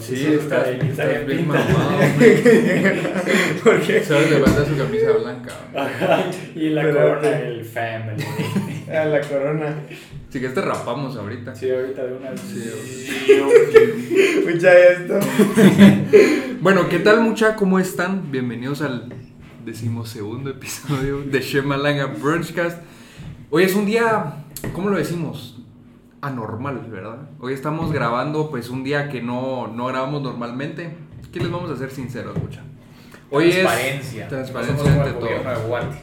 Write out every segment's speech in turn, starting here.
Sí, está, bien, está bien bien pinta. mamado, güey. Porque Solo le falta su camisa blanca, güey. Y la Pero corona te- del family. a la corona. Si que te rapamos ahorita. Sí, ahorita de una vez. Escucha esto. Bueno, ¿qué tal mucha? ¿Cómo están? Bienvenidos al decimosegundo episodio de Shemalanga Brunchcast. Hoy es un día, ¿cómo lo decimos? Anormal, ¿verdad? Hoy estamos grabando pues un día que no, no grabamos normalmente. ¿Qué les vamos a ser sinceros, mucha? Hoy transparencia. es transparencia No somos como ante el todo. gobierno de Guate.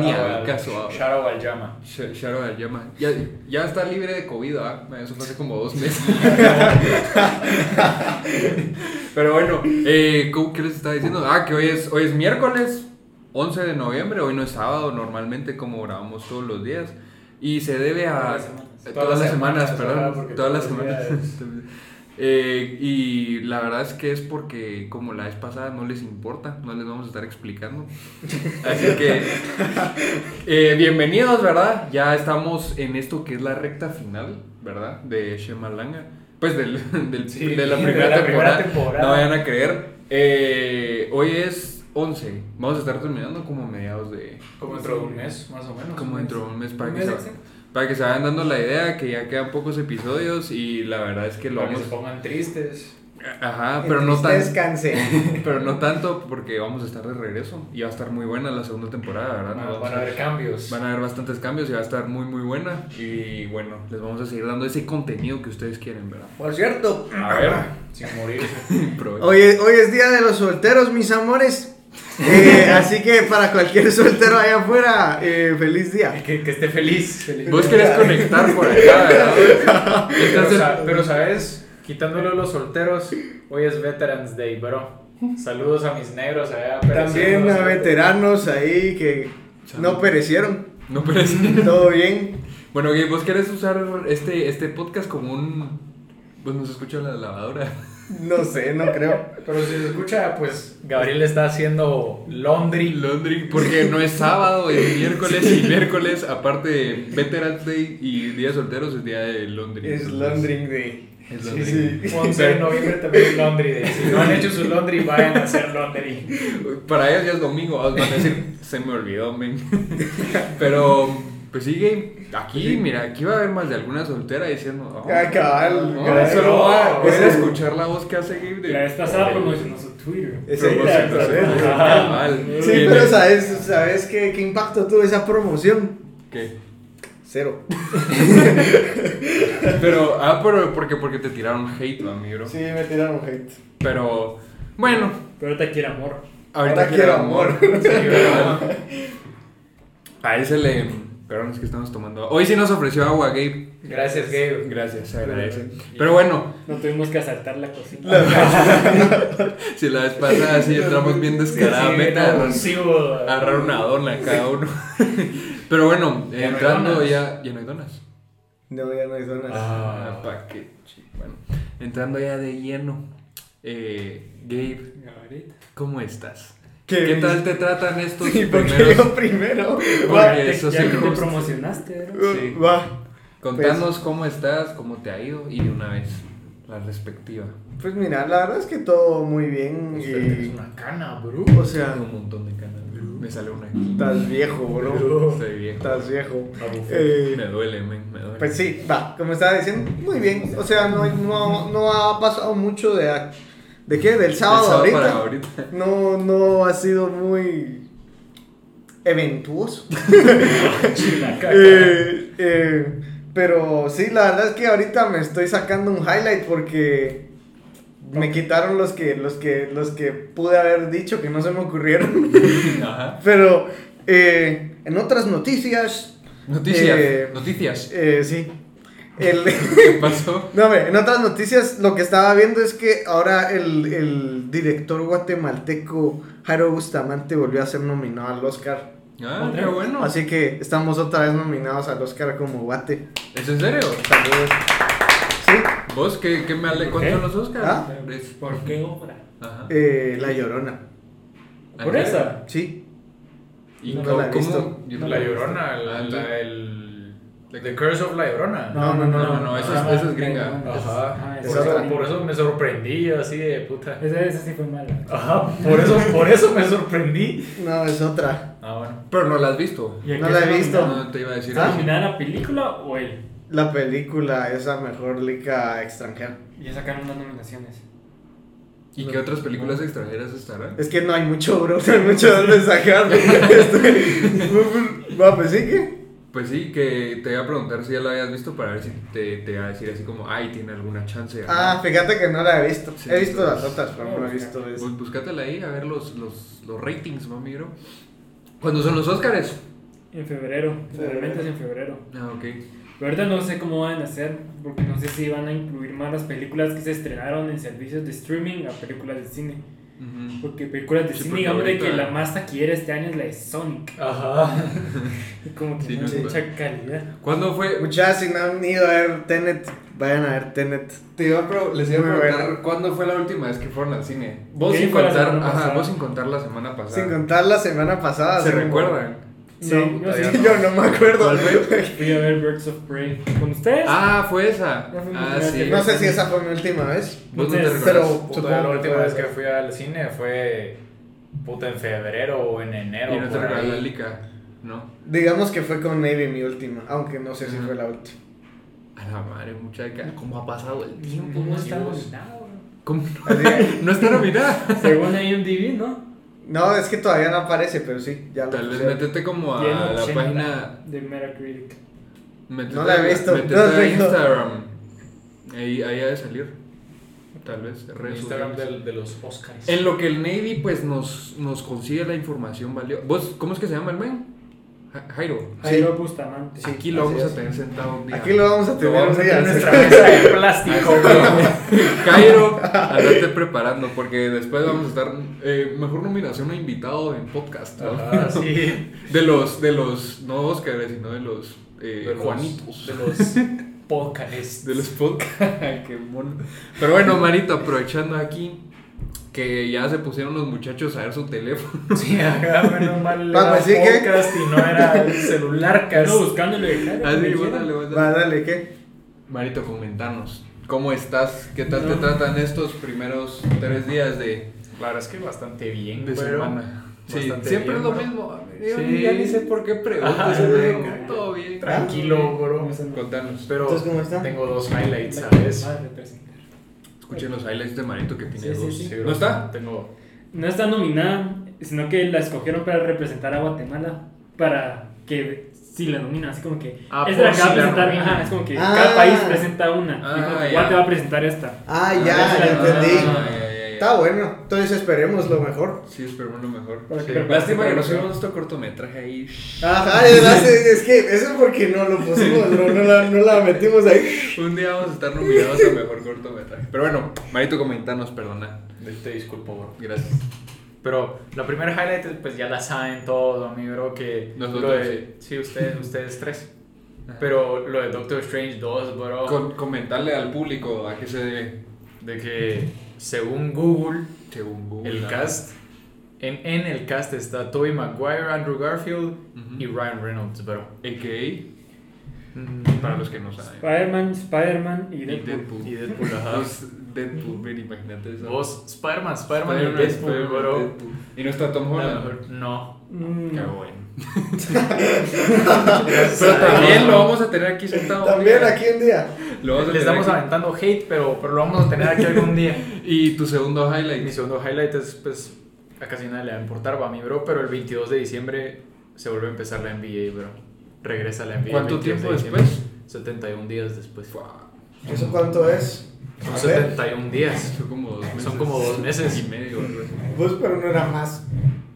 Ni al caso. ah, Sharo al llama. Sh- Sharon Alyama. Ya, ya está libre de COVID, ¿ah? Eso fue hace como dos meses. Pero bueno, eh, ¿cómo- ¿qué les estaba diciendo? Ah, que hoy es, hoy es miércoles 11 de noviembre, hoy no es sábado, normalmente como grabamos todos los días. Y se debe a. eh, Todas las semanas, porque perdón. Todas las todos los semanas. Eh, y la verdad es que es porque como la vez pasada no les importa, no les vamos a estar explicando. Así que eh, bienvenidos, ¿verdad? Ya estamos en esto que es la recta final, ¿verdad? De Shemalanga. Pues del, del- Sí, de la de primera, la primera temporada. temporada. No vayan a creer. Eh, hoy es 11. Vamos a estar terminando como a mediados de... Como dentro de un mes, más o menos. Como dentro de un mes para Un que, mes se, exacto. para que se vayan dando la idea que ya quedan pocos episodios y la verdad es que lo Para que vamos... se pongan tristes. Ajá, Ah, pero no, tan, Descanse. pero no tanto porque vamos a estar de regreso y va a estar muy buena la segunda temporada, ¿verdad? Nos Van, vamos van a haber cambios. Ah, Van a haber bastantes cambios y va a estar muy muy buena. Y bueno, les vamos a seguir dando ese contenido que ustedes quieren, ¿verdad? Por cierto, A ver, Sin morirse. provecho. hoy, es- hoy es día de los solteros, mis amores. Eh, así que para cualquier soltero allá afuera, eh, feliz día. que, que esté feliz. Vos querés conectar por acá, ¿verdad? Pero, Entonces, sa- pero, sabes, quitándolo a los solteros, hoy es Veterans Day, bro. Saludos a mis negros allá. También perecidos. a veteranos ahí que no perecieron. no, pero es- Todo bien. Bueno, Gabe, vos querés usar este, este podcast como un. Pues nos escucha la lavadora. No sé, no creo. Pero si se escucha, pues Gabriel está haciendo laundry. Laundry, porque no es sábado, es miércoles y miércoles, aparte de Veterans Day y Día de Solteros, es Día de Laundry. Es Entonces, Laundering Day. Es Sí, laundry. sí. 11 de noviembre también es laundry day. Si no han hecho su laundry, vayan a hacer laundry. Para ellos ya es domingo, van a decir, se me olvidó, men. Pero, pues sigue, aquí, mira, aquí va a haber más de alguna soltera diciendo, oh, Ah, cabal, Eh, no, cabal. eso lo va voy a Ese- escuchar la pues, voz que hace Gabe de... La vez pasada promocionó su Twitter. Ese- Pero vos la- siempre la- haces la- eso, la- cabal. Sí, Sí, Tiene- pero ¿sabes, sabes qué, qué impacto tuvo esa promoción? ¿Qué? Cero. Pero, ah, pero porque, porque te tiraron hate, ¿no, amigo. Sí, me tiraron hate. Pero, bueno, Pero ahorita quiere amor. ahorita Ahora quiero quiero amor. amor. Sí, ¿verdad? A él se le... Perdón, es que estamos tomando... Hoy sí nos ofreció agua, Gabe. Gracias, Gabe. Gracias, se agradece. Pero bueno, No tuvimos que asaltar la cocina. si la vez pasada así entramos bien descaradamente a no, agarrar- sí, a hubo- agarrar una dona cada uno. Pero bueno, Ya no hay entrando donas. ya. Ya no hay donas. No, ya no hay zonas. Ah, pa' qué chi- Bueno, entrando ya de lleno. Eh, Gabe, Ahorita. ¿cómo estás? Qué ¿Qué, bien. tal te tratan estos Sí, porque primeros? yo primero. Va, Porque Ya eso que sí, te justo. promocionaste, ¿verdad? sí. va. Contanos cómo estás, cómo te ha ido y de una vez la respectiva. Pues mira, la verdad es que todo muy bien. Es Y, Pues una cana, bro. o sea, Tengo un montón de canas. Me sale una aquí. estás viejo, bro. Estoy viejo. Estás viejo. Eh, Me duele, men, me duele. Pues sí, va, como estaba diciendo, muy bien. O sea, no, no, no ha pasado mucho de. ¿De qué? Del sábado, Pensaba ahorita. para ahorita. No, no ha sido muy. eventuoso. Chila, caca. Eh, eh, pero sí, la verdad es que ahorita me estoy sacando un highlight porque me quitaron los que, los que, los que pude haber dicho que no se me ocurrieron. Ajá. Pero eh, en otras noticias, Noticias. Eh, Noticias. eh, sí. El- ¿Qué pasó? no, hombre, en otras noticias lo que estaba viendo es que ahora el, el director guatemalteco Jairo Bustamante volvió a ser nominado al Oscar. Ah, qué bueno. Así que estamos otra vez nominados al Oscar como guate. ¿Es en serio? Saludos. Sí, ¿Vos qué, qué me ale... ¿Por ¿Cuántos qué? son los Oscars? ¿Ah? Es- ¿Por qué obra? Ajá. eh, La Llorona. ¿Por esa? Sí. ¿Y No cómo, la he visto. cómo- La llorona, la, Ah, la- el- The Curse of La Llorona. No, no, no, no, no, eso esa es- Ah, es- esa es gringa. Ajá, Esa por es eso, otra. por eso me sorprendí así de puta. Esa, esa sí fue mala. Ajá, por eso, por eso me sorprendí. No, es otra. Ah, bueno. Pero no la has visto. ¿Y a No qué la se he va a visto. nominar? No te iba a decir ¿Se va a ¿Ah? eso. nominar la película o él? La película es la mejor liga extranjera. Ya sacaron unas nominaciones. ¿Y qué otras películas extranjeras estarán? Es que no hay mucho, bro. No hay mucho donde sacar. Este, Va, pues sí que. Pues sí, que te iba a preguntar si ya la habías visto para ver si te, te iba a decir así como, ay, tiene alguna chance. de Ah, ganar". fíjate que no la he visto. Sí, he visto las entonces- otras, pero no he visto eso. Bus- Buscátela Pues ahí a ver los, los, los ratings, mami, bro. ¿Cuándo son los Oscars? En febrero. Febrero. Realmente es en febrero. Ah, ok. Pero ahorita no sé cómo van a hacer, porque no sé si van a incluir más las películas que se estrenaron en servicios de streaming a películas de cine. Ujú. Porque películas de Sí, cine, porque digamos, de que ahorita- la más taquillera este año es la de Sonic. Ajá. Y como que Sí, no no se es echa calidad. ¿Cuándo fue? Muchachas, si no han ido a ver Tenet, vayan a ver Tenet. Te iba a pro- les iba a Muy preguntar bueno. cuándo fue la última vez que fueron al cine. Vos Yo sin fui la contar, semana ajá, pasada. vos sin contar la semana pasada. Sin contar la semana pasada. ¿Se así como- recuerdan? Sí, No, yo sí. yo no me acuerdo. ¿Cuál fue? Fui a ver Birds of Prey con ustedes. Ah, fue esa. Ya fue mi Ah, primera sí. que- No sé si esa fue mi última vez. Vos no te Pero- recordás. Puta, Supongo la que última fue- vez que fui al cine fue puta en febrero o en enero. Y no te por recordás ahí. la lica. No. Digamos que fue con Navy mi última, aunque no sé si fue la última. A la madre, muchacha. ¿Cómo ha pasado el tiempo? no está Dios. nominado. ¿Cómo? Así que- No está nominada. Según IMDb, ¿no? no, es que todavía no aparece, pero sí, ya lo Tal vez pusieron. métete como a Tiene Ah, la 80 página. De Metacritic. Métete, No la he visto. Métete No la a he visto. Instagram. Ahí, ahí ha de salir. Tal vez. redes Instagram sociales. del- de, los Oscars. En lo que el Navy pues nos, nos consigue la información valiosa. ¿Vos cómo es que se llama el men? Ja- Jairo. Jairo Bustamante. Sí. Aquí lo así vamos es. a tener sentado un día. Aquí lo vamos a tener vamos a un tener día. en sí. nuestra mesa de plástico, bro. Jairo, andate preparando porque después vamos a estar eh, mejor nominación a invitado en podcast. ¿no? Ajá, sí. De los, de los, no Oscars, sino de los eh, De los- Juanitos. De los podcasts. De los podcasts, qué mono. Pero bueno, Marito, aprovechando aquí que ya se pusieron los muchachos a ver su teléfono. Sí, acá menos mal Vamos, era así que- podcast y no era el celular casi. pues, Ando buscándole de Jairo. Así, como bueno, quiera. le voy a dar- Va, dale, ¿qué? Marito, comentanos. ¿Cómo estás? ¿Qué tal te No. tratan estos primeros tres días de, La verdad es que bastante bien, de pero- semana? Sí, Bastante siempre bien, es lo ¿no? mismo. Sí. Ya ni sé por qué Ajá, preguntas. siempre venga. digo, Ah, Todo bien. Tranquilo, bro. Eso no. Contanos. Pero Entonces, ¿cómo está? tengo dos highlights, La ¿sabes? va a representar. Escuchen los highlights de Marito que tiene Sí, sí, dos. sí. ¿No está? Tengo. No está nominada, sino que la escogieron para representar a Guatemala. Para que si la nominan, así como que. Ah, es la por que va a si la presentar. nominan. Ajá, es como que Ah. cada país presenta una. y Ah, como que ya. Guate va a presentar esta. Ah, Ah, ya, ya, ya entendí. Ah, ya, ya, ya. Está bueno, entonces esperemos lo mejor. Sí, esperemos lo mejor. Para que Sí. prepare- Lástima que no prepare- subimos nuestro cortometraje ahí. Ajá, es, es- es que eso es porque no lo pusimos, bro, no la, no la metimos ahí. Un día vamos a estar nominados a mejor cortometraje. Pero bueno, Marito, comentanos, perdona. Te disculpo, bro. Gracias. Pero la primera highlight, pues ya la saben todos, amigo. Creo que. Nosotros, lo de- sí, ustedes, ustedes tres. Pero lo de Doctor Strange 2, bro. Con- comentarle al público a qué se debe. De que, según Google, Según Google. el ah. cast. En, en el cast está Tobey Maguire, Andrew Garfield y Ryan Reynolds, bro. AKA, para los que no saben. Spider-Man, Spider-man y Mm. Y Deadpool. Deadpool. Y Deadpool, ajá. Los Deadpool, ven, imagínate eso. Vos, Spider-Man, Spider-Man y Spider-Man, Deadpool, Spider-Man, bro. Deadpool. Y no está Tom Holland. No. Mm, Qué bueno. Pero Pero también lo vamos a tener aquí sentado. También mira. aquí un día. Lo vamos a Les tener estamos aquí. aventando hate, pero, pero lo vamos a tener aquí algún día. Y tu segundo Mi highlight. segundo highlight es, pues, a casi nadie le va a importar, va a mi bro, pero el 22 de diciembre se vuelve a empezar la NBA, bro. Regresa la NBA. ¿Cuánto 22 tiempo de diciembre. después? 71 días después. ¿Eso cuánto es? Son A ver, 71 días. Son como dos meses. Son como dos meses. y medio. algo así. vos pero no era más.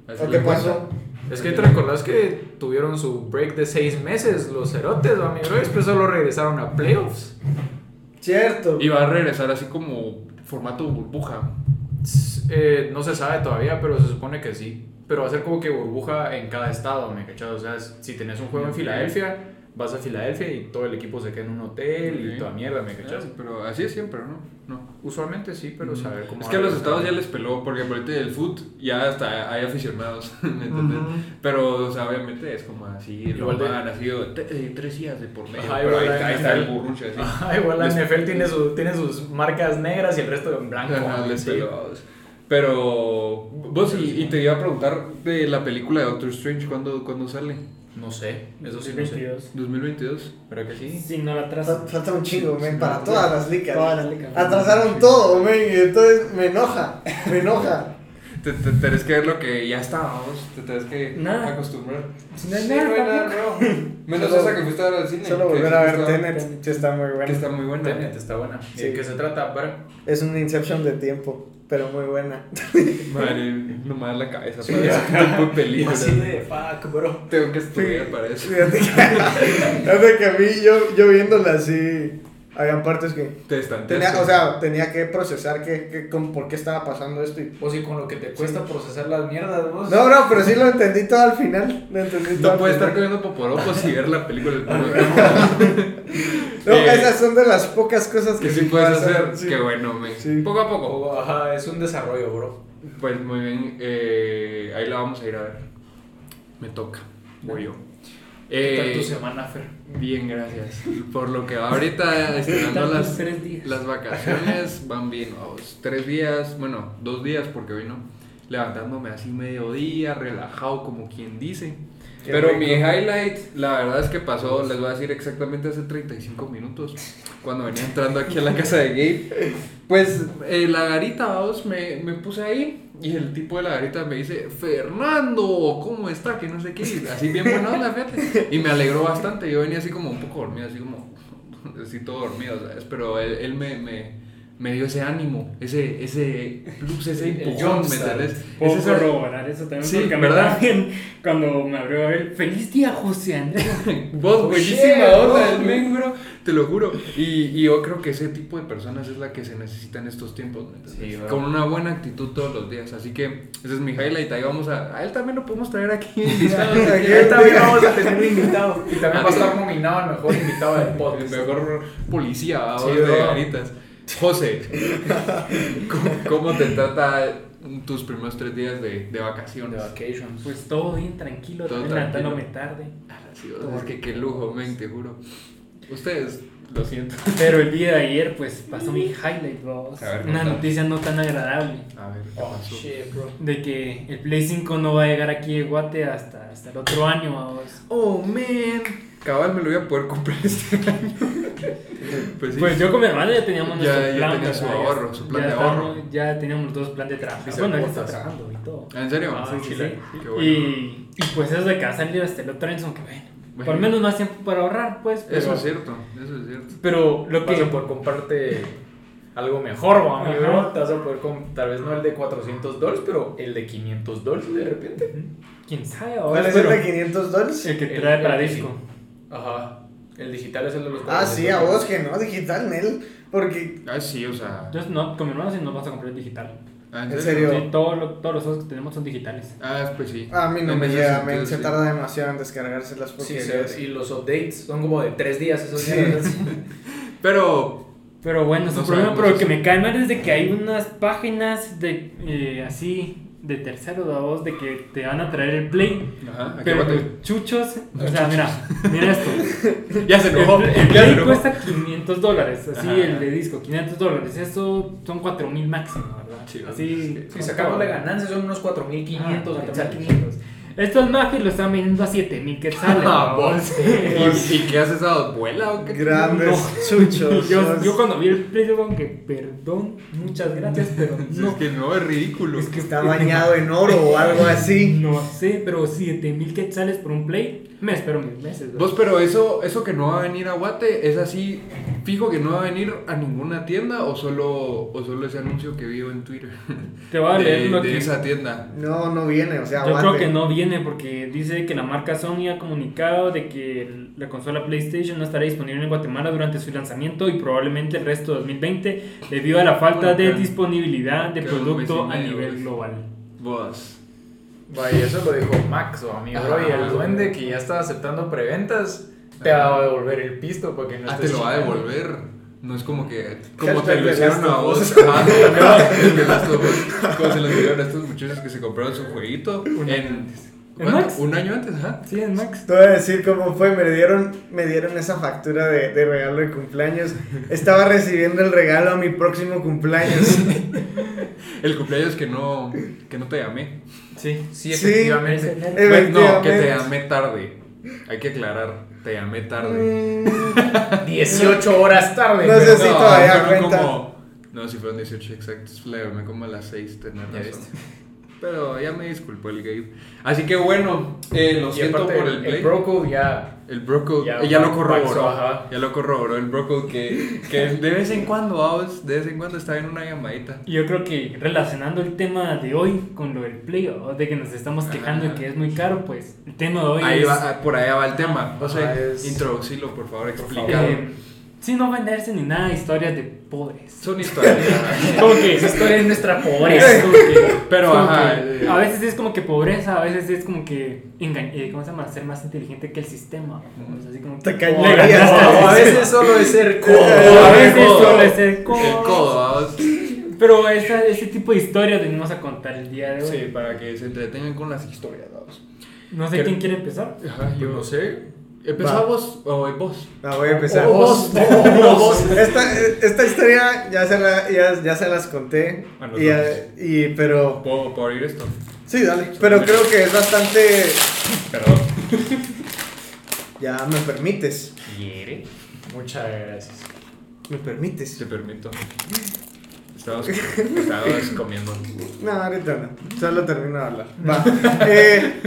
Así ¿O qué que pasó? Es que te recordás que tuvieron su break de 6 meses los cerotes, va mi bro, y después solo regresaron a playoffs. Cierto. Y va a regresar así como formato burbuja. Eh, no se sabe todavía, pero se supone que sí. Pero va a ser como que burbuja en cada estado, ¿me cachas? O sea, si tenés un juego en Filadelfia, vas a Filadelfia y todo el equipo se queda en un hotel Ok. y toda mierda, ¿me cachas? Ah, Mm. Pero así es siempre, ¿no? No. Usualmente sí, pero saber cómo... Es que a los va- estados ya les peló, porque ahorita el foot ya hasta hay aficionados, ¿me entiendes? Ujú. Pero, o sea, obviamente es como así, lo Igual de- van, así, o te- eh, tres días de por medio, Ajá, pero igual ahí, la está, ahí está el NFL. burrucho, así. Ajá, igual la Les- NFL tiene, su- tiene sus marcas negras y el resto en blanco. Ajá, güey, les sí. peló. Ah, Pero, vos, y, y te iba a preguntar de la película de Doctor Strange, ¿cuándo, cuándo sale? No sé, eso sí no sé. 22. ¿2022? ¿Verdad que sí? Si no la Fal- atrasan. Falta un chingo, men, sí, para no, todas las licas. todas las licas. Atrasaron todo, men, y entonces me enoja, me enoja. Te, te- tenés que ver lo que ya estábamos, te tenés que Nada. acostumbrar. No es Sí, nada, no hay nada nuevo. Menos Solo- esa que fuiste a ver al cine. Solo que volver a ver está- Tenet, que está muy Que está buena. muy buena. Tenet está buena. ¿Y Sí. ¿De qué se trata? Para... Es un Inception de tiempo, pero muy buena. Madre, nomás la cabeza Sí, para ese tipo de Y películas. así de fuck, bro. Tengo que estudiar para eso. Fíjate que, fíjate que a mí, yo, yo viéndola así, habían partes que... Te están Tenía, o sea, tenía que procesar que, que- con, por qué estaba pasando esto y... O si con lo que te cuesta procesar las mierdas, vos. No, no, pero sí lo entendí todo al final. Lo entendí todo No al puede estar final. comiendo poporopos y ver la película del puro. No, Eh, esas son de las pocas cosas que Que sí me puedes pasan, hacer. sí. Qué bueno, me. Sí. Poco a poco. Ajá, es un desarrollo, bro. Pues muy bien, eh, ahí la vamos a ir a ver. Me toca, voy yo. ¿Qué tal Eh, tu semana, Fer? Bien, gracias. Por lo que va ahorita, estrenando Tantos las, tres días. las vacaciones, van bien. vamos. tres días, bueno, dos días porque hoy no. Levantándome así mediodía, relajado como quien dice. Qué Pero rico. mi highlight, la verdad es que pasó, les voy a decir exactamente hace 35 minutos, cuando venía entrando aquí a la casa de Gabe. Pues eh, la garita, vamos, me, me puse ahí y el tipo de la garita me dice, Fernando, ¿cómo está? Que no sé qué. y Así bien buena onda, fíjate. Y me alegró bastante. Yo venía así como un poco dormido, así como, así todo dormido, ¿sabes? Pero él, él me, me, me dio ese ánimo, ese, ese plus, ese El empujón, ¿me jumpstart. entendés? Puedo Ese sor- corroborar eso también, Sí, porque a mí ¿verdad? también, cuando me abrió a ver, feliz día, José Andrés. Vos, Oh, buenísima shit, onda bro. del men, bro. Te lo juro. Y, y yo creo que ese tipo de personas es la que se necesita en estos tiempos. ¿me entiendes? Sí, bro. Con una buena actitud todos los días. Así que ese es mi highlight. Ahí vamos a. A él también lo podemos traer aquí. invitado. Ahí Ah, también vamos a tener un invitado. Y también va a Así. estar nominado al mejor invitado del El podcast. mejor policía vamos, Sí, de bro. garitas. José, ¿cómo, cómo te trata tus primeros tres días de, de De vacaciones? vacations. Pues todo bien, tranquilo, Todo no tranquilo. me tarde. Ah, Sí, o sea, es que qué lujo, men, te juro. Ustedes, lo siento. Pero el día de ayer, pues pasó mi highlight, vos. A ver, Una contame. noticia no tan agradable. A ver, ¿qué Oh, pasó? shit, bro. De que el Play 5 no va a llegar aquí de Guate hasta, hasta el otro año, vos. Oh, man. Cabal, me lo voy a poder comprar este año. pues sí. Pues yo con mi hermano ya teníamos Ya- nuestro ya plan. tenía su ¿verdad? ahorro, su plan de estábamos- ahorro. Ya teníamos los dos plan de trabajo. Sí, Bueno, él está aportas. trabajando y todo. ¿En serio? Ah, Sí, sí, chile. sí. Qué bueno. Y, y pues eso de que va a salir hasta el otro año, son que bueno. Bueno. Por lo menos más tiempo para ahorrar, pues. Pero, Eso es cierto, eso es cierto. Pero lo que. Vas a poder comprarte algo mejor, va, mi bro. Ajá. Te vas a poder comp- tal vez no el de 400 dólares, pero el de 500 dólares de repente. ¿Quién sabe? Pues ¿Cuál vos? es el Pero- de 500 dólares? El que El- trae para el que disco. Ajá. El digital es el de los Ah, 400 sí, a vos dólares. que no, digital, Nel. Porque, Ah, sí, o sea. Yo no, con mi hermano sí nos vas a comprar el digital. ah, ¿En serio? Sí, todo lo- todos los juegos que tenemos son digitales. Ah, pues sí. a mí no En me ese llega, sentido, men, se sí. tarda demasiado en descargárselas. Sí, Porque sí, y los updates son como de tres días esos Sí. días. Pero. Pero bueno, es No un problema. sabemos Pero lo eso. que me cae mal es de que hay unas páginas de eh, así de terceros de voz de que te van a traer el play. Ajá, aquí Pero va a tener- los chuchos, o sea, mira, mira esto. Ya se El, enojó. el ya se play enojó. cuesta 500 dólares, así Ajá. el de disco, 500 dólares. Eso son 4000 máximo, ¿verdad? Sí, así. Si sacamos la ganancia son unos 4500 Ah, a quetzales. Estos mafios los están vendiendo a 7000 quetzales. Ah, ¿no? vos. ¿Y, y qué haces a abuela o qué? Grandes No. chuchos. Yo, yo cuando vi el precio, como que perdón, muchas gracias, pero Si no. Es que no, es ridículo. Es que Está bañado en oro o algo así. No sé, pero 7000 quetzales por un play, me espero mil meses. ¿verdad? Vos, pero eso, eso que no va a venir a Guate, ¿es así fijo que no va a venir a ninguna tienda o solo, o solo ese anuncio que vio en Twitter? Te voy a leer de, lo de que- esa tienda. No, no viene, o sea, Yo creo aguante. que no viene porque dice que la marca Sony ha comunicado de que el- la consola PlayStation no estará disponible en Guatemala durante su lanzamiento y probablemente el resto de 2020 debido a la falta Bueno, de claro. disponibilidad de Claro, un producto mes a y medio, nivel pues. global. Vos. Vaya, eso lo dijo Max o amigo. Ajá. y el duende que ya está aceptando preventas Te va a devolver el pisto porque no Ah, te estés lo va a chingando. devolver. No es como que. Como te Hashtag lo The hicieron Last a of vos. Us. Ah, también va- el The Last of Us. Como se lo hicieron a estos muchachos que se compraron su jueguito. En. ¿cuánto? Max? Un año antes, ajá. Sí, es Max. Te voy a decir cómo fue, me dieron, me dieron esa factura de, de regalo de cumpleaños. Estaba recibiendo el regalo a mi próximo cumpleaños. El cumpleaños que no, que no te llamé. Sí, sí, Sí. efectivamente. Bueno, No, que Efectivamente. te llamé tarde. Hay que aclarar, te llamé tarde. Mm, 18 horas tarde. No sé pero- si todavía fueron cuenta. como- No, si fueron 18 exactos, le llamé como a las 6, tenés Ya razón. viste. Pero ya me disculpó el Gabe. Así que bueno, eh, lo Y siento aparte, por el play. El Pro Code ya. El Broco ya, Ya, lo corroboró. Maxo, ajá. ya lo corroboró el Broco que, que de vez en cuando, vamos, de vez en cuando está en una llamadita. Yo creo que relacionando el tema de hoy con lo del Play, o de que nos estamos quejando de Ajá. que es muy caro, pues el tema de hoy Ahí es... va, ah, por allá va el tema. No sé, Ajá, es- introducirlo, Ah, por favor, eh, explicarlo. sin no venderse ni nada, historias de pobres. Son historias. Como que Esa historia es nuestra Es pobreza. como que- Pero, es como ajá, que eh, a veces es como que pobreza, a veces es como que enga- eh, ¿cómo se llama? Ser más inteligente que el sistema. ¿no? Es así como que- Te cae- o le a veces- ganaste. o a veces- solo es ser o a veces codo. solo es ser El codo, vamos. Pero esa- ese tipo de historias venimos a contar el día de hoy. Sí, para que se entretengan con las historias, vamos. No sé Creo- quién quiere empezar. Ajá, yo Pues no sé. Va. Empezá vos, o vos. La voy a empezar. O Oh, vos, o vos. Esta, esta historia ya se, la, ya, ya se las conté. A Y, nosotros. ya- y- pero. ¿Puedo, puedo abrir esto? Sí, dale. Pero creo que es bastante. Perdón. Ya me permites. ¿Quiere? Muchas gracias. Me permites. Te permito. Estabas, estabas comiendo. No, ahorita no. Solo termino de hablar. Va. Eh,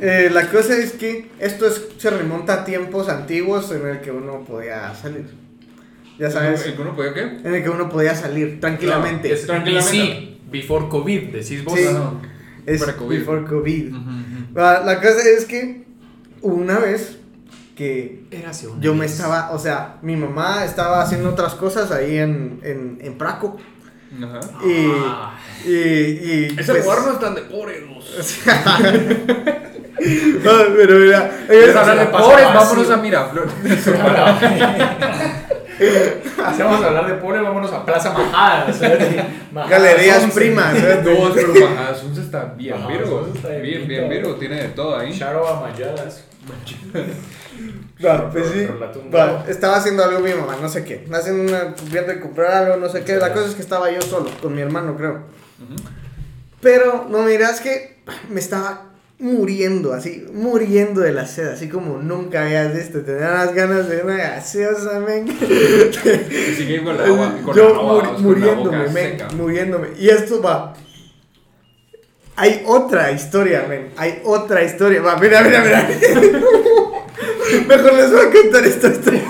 eh, la cosa es que esto es- se remonta a tiempos antiguos en el que uno podía salir. Ya sabes. ¿El uno podía qué? En el que uno podía salir tranquilamente. Es Tranquilamente. BC, before COVID, decís vos. Sí. Ajá. Es para COVID. before COVID. Va, La cosa es que una vez que Érase una Yo me vez. estaba, o sea, mi mamá estaba haciendo otras cosas ahí en, en, en Praco. Ajá. Y. Ah. y, y Ese eh, pues- lugar no es tan de pobres. vos. Ah, pero mira, ellos ¿Quieres hablar de se la pasa pobres? vacío. Vámonos a Miraflores. Si vamos a hablar de pobre, vámonos a Plaza Majada. o sea, Majada Galerías 11. primas. ¿eh? No, pero Bajasunza está bien Baja Virgo. Asunza está bien Bien, bien pintado. Virgo, tiene de todo ahí. Charo a Mayadas. Va, pues sí. Pero la tumba. Va, estaba haciendo algo mi mamá, no sé qué. Haciendo una, viendo de comprar algo, no sé qué. La cosa es que estaba yo solo, con mi hermano, creo. Pero no miras que me estaba muriendo, así, muriendo de la sed, así como nunca habías visto. Tenía las ganas de una gaseosa, men. Y sigue con la agua. Con Yo la agua, vamos, con muri- la boca muriéndome, men, seca. muriéndome. Y esto va. Hay otra historia, men. Hay otra historia. Va, mira, mira, mira. Mejor les voy a contar esta historia.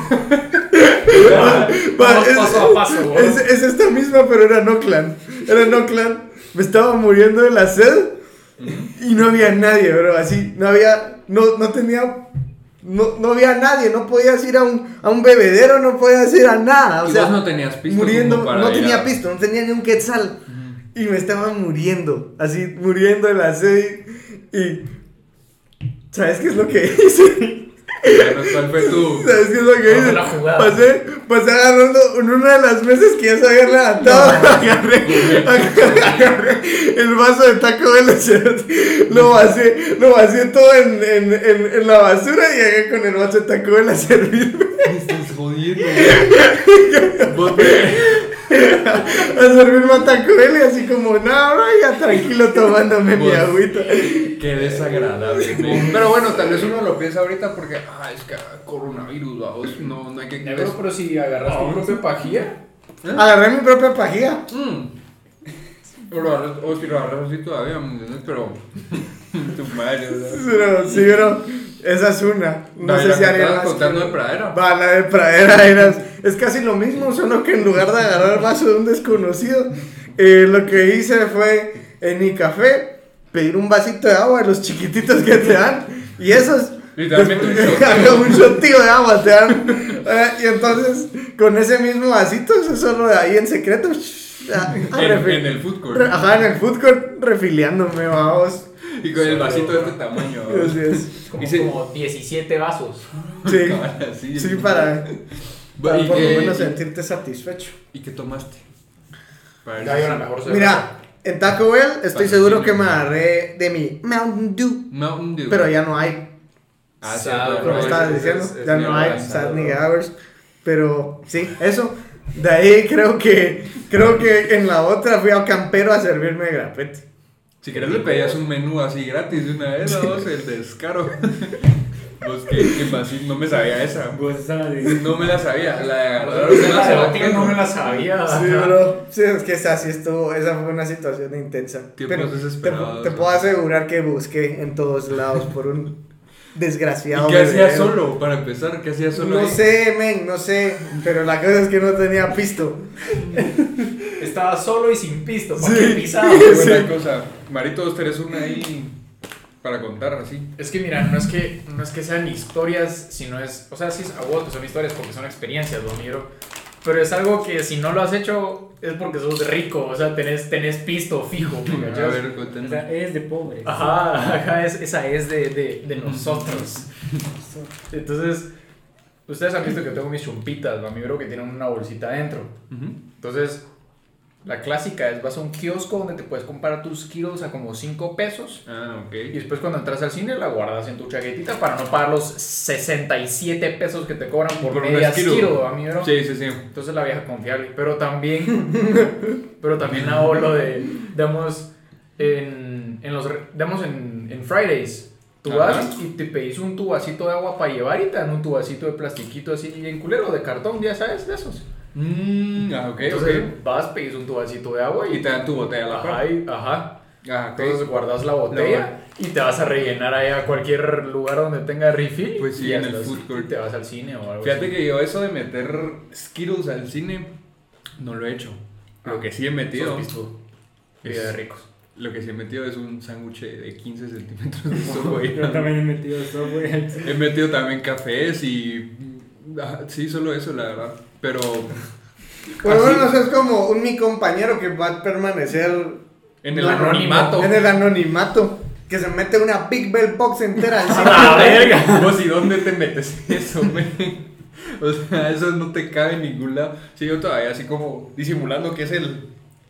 Va, Vamos es- paso a paso, güey. es, es esta misma, pero era no clan. Era no clan. Me estaba muriendo de la sed. Y no había nadie, bro. Así, no había. No, no tenía. No, no había nadie. No podías ir a un, a un bebedero. No podías ir a nada. O Y sea, vos no tenías pisto Muriendo. como para No ir tenía a- pisto. No tenía ni un quetzal. Y me estaba muriendo. Así, muriendo de la sed. Y. ¿Sabes qué es lo que hice? Bueno, ¿Cuál fue tu...? ¿Sabes qué es lo que Vamos a hice? la jugada. Pasé, pasé agarrando en una de las mesas que ya se había levantado. agarré, agarré el vaso de taco de leche. Lo vacié, lo vacié todo en, en, en, en la basura y llegué con el vaso de taco de la servirme. Me estás jodiendo, güey. Vos te- A servirme a taco Bell y así como, no, no, ya tranquilo tomándome mi Vos. agüita. Qué desagradable. güey. Pero bueno, tal vez uno lo piensa ahorita porque, ah, es que coronavirus, vamos, no, no hay que... Negro, pero si agarras tu propia pajía. Agarré mi propia pajía. Mm. Pero lo agarras- Mm. o si lo agarras así todavía, ¿me entiendes? Pero... tu madre, ¿verdad? Pero, sí, pero esa es una. No sé si haría más. contando de pradera. Va, la de pradera eras. Es casi lo mismo, solo que en lugar de agarrar vaso de un desconocido, eh, lo que hice fue en mi café pedir un vasito de agua de los chiquititos que te dan. Y esos. Literalmente un shoteo. Había un shotío de agua, te dan. Eh, y entonces, con ese mismo vasito, eso solo de ahí en secreto. shh, a- a En, ah, refi- en el food court. Ah. re- Ajá, en el food court, refiliándome, vamos. Y con el vasito de este tamaño. ¿no? Así es. Como, Y se- como 17 vasos. Sí, Cabal, así. sí, para, para ¿Y por lo qué- menos y- sentirte satisfecho. ¿Y qué tomaste? Para Ya ver dio la si- mejor cerveza. Mira, en Taco Bell estoy Patrocina. seguro que me agarré de mi Mountain Dew, Mountain Dew. pero ya no hay. Ah, sí, Sabor. pero como es- estabas es- diciendo, es- es ya no hay neobanzado, sad ni ¿no? hours, pero sí, eso. De ahí creo que creo que en la otra fui a Campero a servirme de grapete. Si querés le pedías un menú así gratis de una vez, a vos el descaro. Vos que, que más, no me sabía esa. Pues esa de- No me la sabía, la de agarrar Pero una la cerveza. cerote no me la sabía. Sí, bro. Sí, es que esa sí estuvo, esa fue una situación intensa. Tiempos Pero te, desesperados, te ¿no? puedo asegurar que busqué en todos lados por un desgraciado. ¿Y qué hacías bebedero. solo? Para empezar, ¿qué hacías solo? No ahí? sé, men, no sé, pero la cosa es que no tenía pisto. Estaba solo y sin pisto. ¿Para Sí. qué pisaba? Qué buena cosa. Marito, vos tenés una ahí para contar así. Es que mira, no es que, no es que sean historias, sino es. O sea, sí, es- a vos que son historias porque son experiencias, lo miro. Pero es algo que si no lo has hecho es porque sos rico, o sea, tenés, tenés pisto fijo. ¿me A cachas? ver, o contanos. sea, es de pobres. Ajá, ajá, es- esa es de, de, de nosotros. Entonces, ustedes han visto que tengo mis chumpitas, ¿va? mi bro, que tienen una bolsita adentro. Ujú. Entonces, la clásica es, vas a un kiosco donde te puedes comprar tus kilos a como 5 pesos. Ah, ok. Y después cuando entras al cine la guardas en tu chaquetita para no pagar los 67 pesos que te cobran por, Por un media esquilo. kilo, ¿va, mi bro? Sí, sí, sí. Entonces la vieja confiable. Pero también, pero también hago lo de, digamos, en, en los, re- digamos, en, en Fridays. Tú Ajá. vas y te pedís un tubacito de agua para llevar y te dan un tubacito de plastiquito así en culero, de cartón, ya sabes, de esos. Mm, ah, ok, Entonces ok. vas, pedís un tubacito de agua y, Y te dan tu botella a la Ajá, par. y- ajá. Ah, ok. Entonces guardas la botella La y te vas a rellenar ahí a cualquier lugar donde tenga refill. Pues sí, y ya en el estás- food court. y Te vas al cine o algo Fíjate así. que yo eso de meter Skittles al cine no lo he hecho. Lo que sí he metido, Sos pisto. Vida de ricos. lo que sí he metido es un sándwich de 15 centímetros de Subway. Yo también he metido eso, güey. He metido también cafés y. ah, Sí, solo eso, la verdad. Pero. Por lo Así. menos es como un mi compañero que va a permanecer En el No, anonimato. en el anonimato, que se mete una Big Bell Box entera al cine. ¡A la verga! Vos, ¿y dónde te metes eso, men? O sea, eso no te cabe en ningún lado. Sí, yo todavía así como disimulando que es el.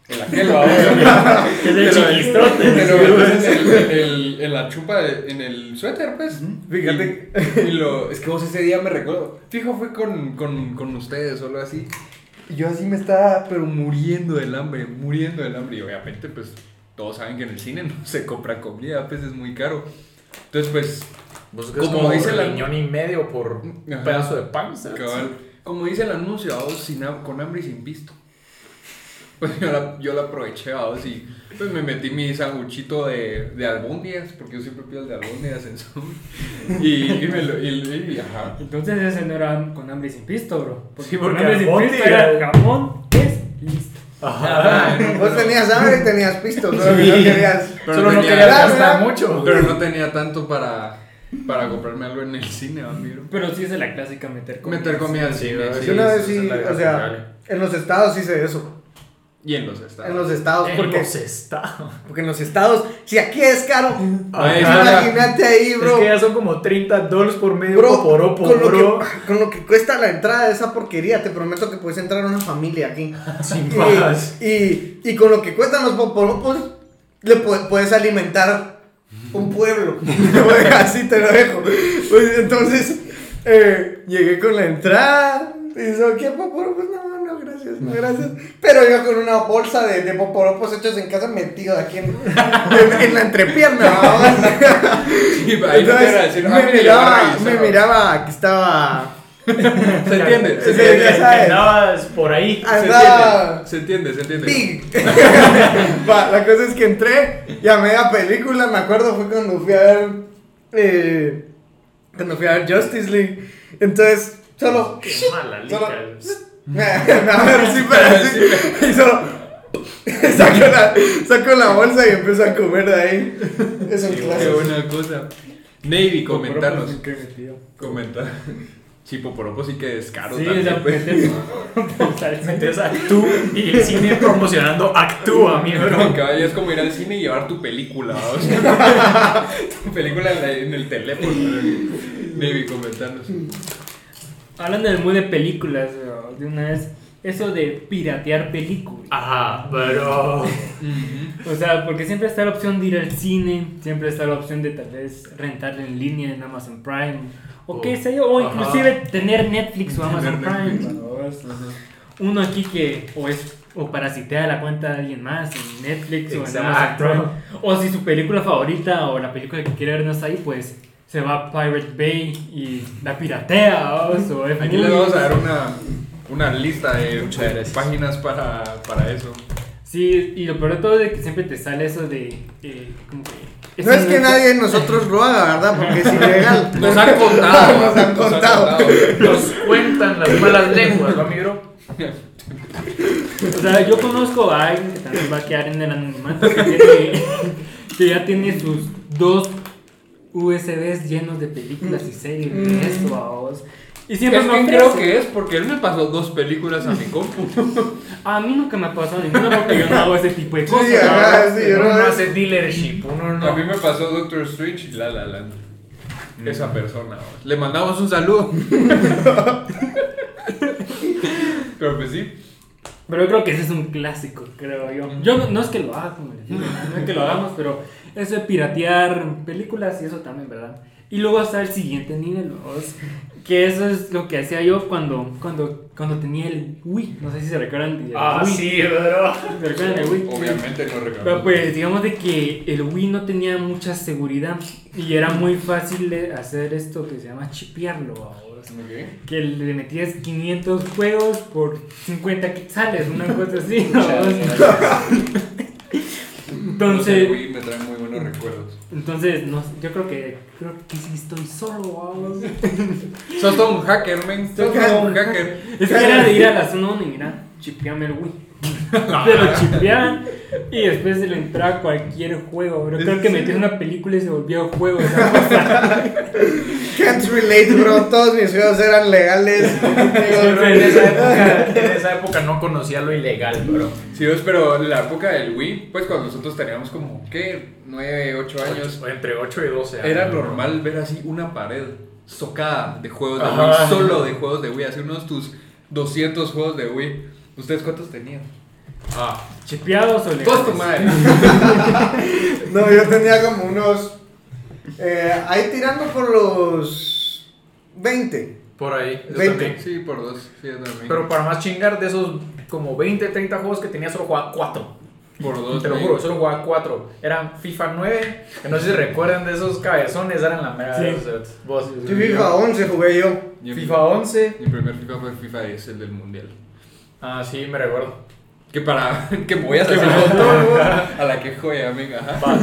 El aquel, ¿va? Que es el Te lo- chiquistrote. te lo metes en, el- en el- en la chupa, de- en el suéter, pues. Fíjate. Y, y lo, es que vos ese día me recuerdo. Fijo, fue con, con, con ustedes, solo así. Y yo así me estaba, pero muriendo del hambre, muriendo del hambre. Y obviamente, pues, todos saben que en el cine no se compra comida, pues es muy caro. Entonces, pues, Vos que es Como como dice un la- riñón y medio por un Ajá. pedazo de pan, ¿sabes? Cabal. Como dice el anuncio, a vos sin ha- con hambre y sin pisto. Pues yo la, yo la aproveché, a vos y pues me metí mi sanguchito de, de albóndigas, porque yo siempre pido el de albóndigas en Zoom. Y, y me lo. Y, y- ajá. Entonces ese no era con hambre y sin pisto, bro. Sí, con porque hambre y sin jamón, pisto tío. era jamón es listo. Ajá. Vos tenías hambre y tenías pisto, solo que no querías. Pero Solo no tenía- querías ¿verdad? gastar mucho. Pero no tenía tanto para, para comprarme algo en el cine, amigo. Pero sí es de la clásica meter comida. Meter comida al Sí, cine. sí, sí, Yo una sí, vez sí, sí, la o verdad, dale. sea, en los estados hice eso. Y en los estados. En los estados, Eh, En porque, los estados. porque en los estados, si aquí es caro, Ahí está. imagínate ahí, bro. Es que ya son como 30 dólares por medio Bro, poporopo, con, lo bro. Que, con lo que cuesta la entrada de esa porquería, te prometo que puedes entrar a una familia aquí. Sin Y- más. Y, y con lo que cuestan los poporopos, le pu- puedes alimentar un pueblo. Así te lo dejo. Pues, entonces, eh, llegué con la entrada. Y so, ¿qué poporopos? No, no, gracias, no, gracias. Pero yo con una bolsa de, de poporopos hechos en casa metido aquí en, en- en la entrepierna. vamos. Y ahí no te iban a Entonces, decir, ah, me mira, ya van a miraba, me revisar. miraba que estaba. ¿Se entiende? Que- ¿Se Sí, que- entiende? ya que sabes. Andabas por ahí. Se Andaba. entiende, se entiende, se entiende. Big. Va, la cosa es que entré y a media película, me acuerdo, fue cuando fui a ver. eh, cuando fui a ver Justice League. Entonces, solo. Qué mala solo- lica. Me, me abro así para así. Y solo. Saco la, saco la bolsa y empiezo a comer de ahí. Es un Qué clásico. buena cosa. Navy, comentanos. Con propósito que he metido. Comenta. Chipoporopo sí que descaro Sí, también, o sea, pues. meter- tal vez. Metes Actú y el cine promocionando Actúa, mi Pero bro. cabal, ya es como ir al cine y llevar tu película, o sea, tu película en, la- en el teléfono. Baby, comentanos. Hablando del mood de películas, bro, de una vez, eso de piratear películas. Ajá, pero. O sea, porque siempre está la opción de ir al cine, siempre está la opción de tal vez rentar en línea en Amazon Prime, o qué O- sé yo, o ajá. inclusive tener Netflix o Tener Amazon Prime. Netflix. babos. Uno aquí que o es o parasitea la cuenta de alguien más en Netflix Exacto. o en Amazon Prime. O si su película favorita o la película que quiere ver no está ahí, pues se va a Pirate Bay y la piratea. babos, o Aquí les vamos a dar una, una lista de, Muchas de gracias. páginas para, para eso. Sí, y lo peor de todo es que siempre te sale eso de... eh, como que, No es que nadie de nosotros lo haga, ¿verdad? Porque es ilegal. Nos han contado. Nos han contado. Nos cuentan las malas lenguas, ¿no, mi bro? O sea, yo conozco a alguien que también va a quedar en el anonimato que, tiene- que ya tiene sus dos USBs llenos de películas y series de eso a vos. Y siempre Mm. Es me que ofrece. creo que es porque él me pasó dos películas a mi compu. A mí nunca me ha pasado ninguna porque yo no hago ese tipo de cosas. ajá, ¿no? sí, yo Uno no- no hace dealership, uno A mí no. me pasó Doctor Strange y La La Land. Esa persona. vamos. Le mandamos un saludo. Pero pues sí. Pero yo creo que ese es un clásico, creo yo. Yo no, no es que lo haga, como les digo, no es que lo hagamos, pero eso de piratear películas y eso también, ¿verdad? Y luego hasta el siguiente nivel, vamos, que eso es lo que hacía yo cuando, cuando, cuando tenía el Wii. No sé si se recuerdan del Ah, Wii. sí, bro. ¿Se recuerdan del Wii? Obviamente no Pero recuerdo. pues digamos de que el Wii no tenía mucha seguridad y era muy fácil de hacer esto que se llama chipearlo, vamos Ok. que le metías 500 juegos por 50 quetzales, una cosa así. ¿no? Entonces, Entonces, Wii me trae muy buenos recuerdos. entonces no, sé, yo creo que creo que sí estoy solo. vamos. Sos todo un hacker, men. Sos todo un hacker. Es que era de ir a la zona 1 y mira, chipeame el Wii. Ah. Te lo chipeaban y después se le entraba cualquier juego. Pero creo que metías una película y se volvía un juego. esa cosa. Can't relate, bro. Todos mis juegos eran legales. Pero en esa época, en esa época no conocía lo ilegal, bro. Sí, pues, pero en la época del Wii, pues cuando nosotros teníamos como, ¿qué? 9, 8 años. O Entre 8 y 12 años. Era normal ver así una pared socada de juegos de Ajá. Wii, solo de juegos de Wii, así unos tus 200 juegos de Wii. ¿Ustedes cuántos tenían? Ah, Chipeados o Todos tu legales. madre. No, yo tenía como unos. eh, ahí tirando por los 20. por ahí. Yo Veinte. también. Sí, por dos. Sí, yo también. Pero para más chingar, de esos como 20, 30 juegos que tenía, solo jugaba 4. por dos. Te lo güey. juro, solo jugaba 4. Eran FIFA 9, que no sé si recuerdan de esos cabezones, eran la mera Sí. de los cerotes. Vos, Yo FIFA 11 jugué yo. Yo- FIFA 11. Mi primer FIFA fue FIFA 10, el del mundial. Ah, sí, me recuerdo. Que para. que me voy a hacer otro, A la que joya, amiga. Ajá. Va.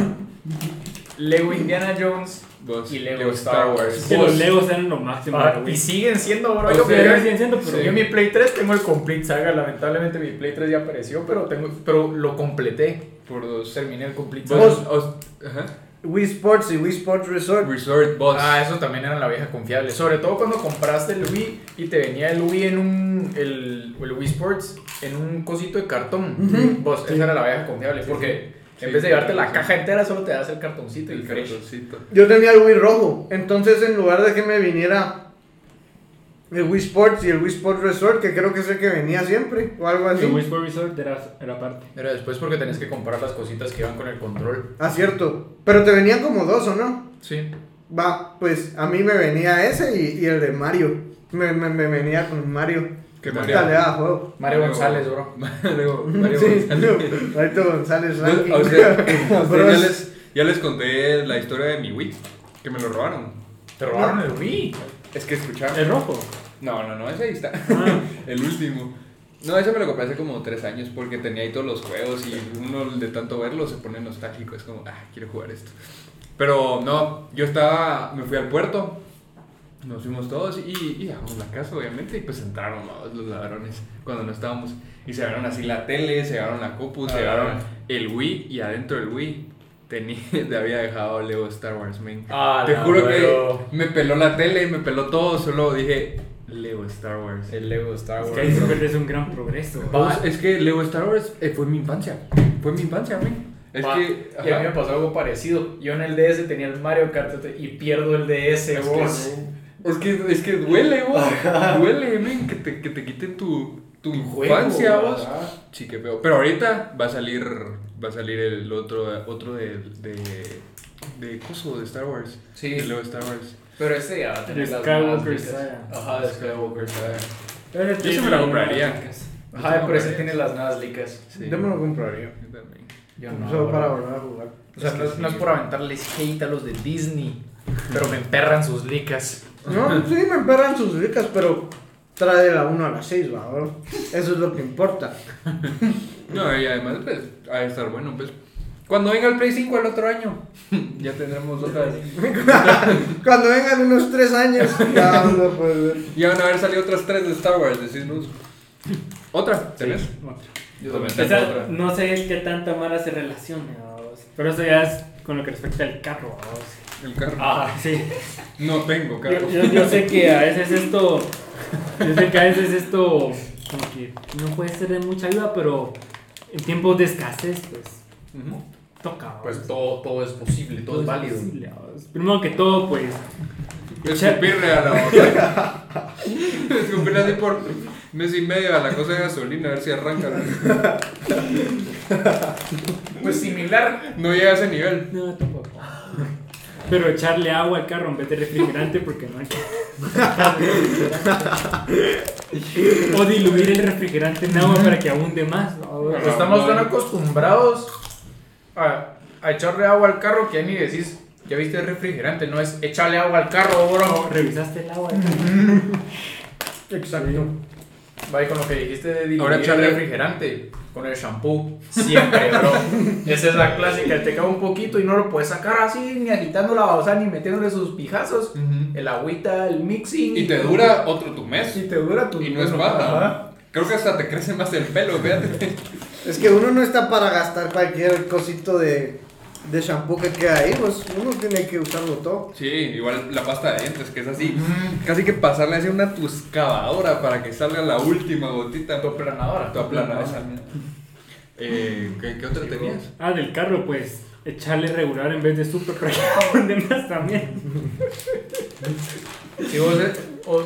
Lego Indiana Jones Vos, y Lego Star Wars. Es que los Legos eran lo máximo. Ah, de y Wii. siguen siendo, bro. O Yo, sea, mira, siguen siendo, pero- sí, yo en mi Play 3 tengo el Complete Saga. Lamentablemente mi Play 3 ya apareció, pero, tengo, pero lo completé. Por dos. Terminé el Complete Saga. Vos, os- ajá. Wii Sports y Wii Sports Resort. Resort Boss. Ah, eso también era la vieja confiable. Sobre todo cuando compraste el Wii y te venía el Wii en un. El, el Wii Sports en un cosito de cartón. Ujú. Vos, esa era la vieja confiable. Porque Sí, en vez de claro, llevarte la sí. caja entera, solo te das el cartoncito y el fresh. cartoncito. Yo tenía el Wii rojo. Entonces, en lugar de que me viniera el Wii Sports y el Wii Sports Resort, que creo que es el que venía siempre, o algo El Wii así. Sport Resort era, era parte. Pero después porque tenés que comprar las cositas que iban con el control. Ah, cierto. Pero te venían como dos, ¿o no? Sí. Va, pues a mí me venía ese y, y el de Mario. Me, me, me venía con Mario. ¿Qué Puta, Mario? le ¿eh? daba ah, juego. Mario González, bro. Mario, Mario Sí, González. Alberto González Yo- Ranking. a usted- a usted Bros. ya, les, ya les conté la historia de mi Wii, que me lo robaron. Te robaron el Wii. Es que escucharon. El rojo. No, no, no, ese ahí está. Ah. El último. No, ese me lo compré hace como tres años porque tenía ahí todos los juegos y uno de tanto verlo se pone nostálgico. Es como, ah, quiero jugar esto. Pero no, yo estaba, me fui al puerto, nos fuimos todos y, y llegamos a la casa, obviamente, y pues entraron ¿no? los ladrones cuando no estábamos. Y se llevaron así la tele, se llevaron la copu, se Ah. llevaron el Wii y adentro del Wii tenía, le había dejado Lego Star Wars, man. Ah, Te la juro que huevo. me peló la tele, me peló todo, solo dije, Leo Star Wars. El Lego Star Es Wars. que ahí se pierde un gran progreso. Vamos, es que Leo Star Wars eh, fue mi infancia. Fue mi infancia, güey. Es Pa- que. y a mí me ajá. pasó algo parecido. Yo en el DS tenía el Mario Kart y pierdo el DS, Es que, vos. es que, es que duele, vos. duele, men, que te, que te quiten tu, tu juego, infancia, vos. ajá. Sí, qué feo. Pero ahorita va a salir va a salir el otro otro de de de coso de Star Wars. Sí. De Leo Star Wars. Pero este ya va a tener El las Skywalker más vistas. Saga. Ajá, el Skywalker Saga. Yo sí me la compraría. Ajá, pero ese tiene las nadas licas. Sí. Yo me lo compraría. Yo también. Yo no. Solo para bro. volver a jugar. O sea, no es, no es por aventarles hate a los de Disney, pero me emperran sus licas. No, sí, me emperran sus ricas, pero trae de la 1 a la 6, va, bro. Eso es lo que importa. No, y además pues ha de estar bueno, pues. Cuando venga el Play 5 el otro año, ya tendremos otra vez. Cuando vengan unos 3 años, ya vamos a poder ver. Ya van a haber salido otras tres de Star Wars, decimos. ¿Otra? ¿Tenés? Yo también O tengo sea, otra. no sé qué tanta mala se relacione, vamos. pero eso ya es con lo que respecta al carro. vamos. El carro. Ah, sí. No tengo carro. Yo, yo- yo sé que a veces esto, yo sé que a veces esto como que no puede ser de mucha ayuda, pero en tiempos de escasez, pues Ujú. toca. vamos. Pues todo, todo es posible, todo, es válido. posible, vamos. Primero que todo, pues Escupirle a la otra. Escupirle así por mes y medio a la cosa de gasolina, a ver si arranca. Pues similar. No llega a ese nivel. No, tampoco. Pero echarle agua al carro en vez de refrigerante porque no hay que- O diluir el refrigerante en agua para que abunde más. ¿no? Pues estamos tan acostumbrados a, a echarle agua al carro que ya ni decís, ya viste el refrigerante, no es echarle agua al carro, bro. Revisaste el agua. Exacto. Va, y con lo que dijiste de diluir Ahora el echarle- refrigerante con el shampoo, siempre, bro. Esa es la clásica, te cae un poquito y no lo puedes sacar así, ni agitando la balsa, ni metiéndole sus pijazos. El agüita, el mixing. Y te dura otro tu mes. Y te dura tu Y no es Ajá. mala. Creo que hasta te crece más el pelo, fíjate. Es que uno no está para gastar cualquier cosito de, de shampoo que queda ahí, pues uno tiene que usarlo todo. Sí, igual la pasta de dientes, que es así. Casi que pasarle así una tuscavadora para que salga la última gotita. Tu aplanadora. Tu aplanadora. esa mierda. Eh, ¿qué, qué otra tenías? Ah, del carro, pues. Echarle regular en vez de super para que abunde más también. Sí, vos, eh, o,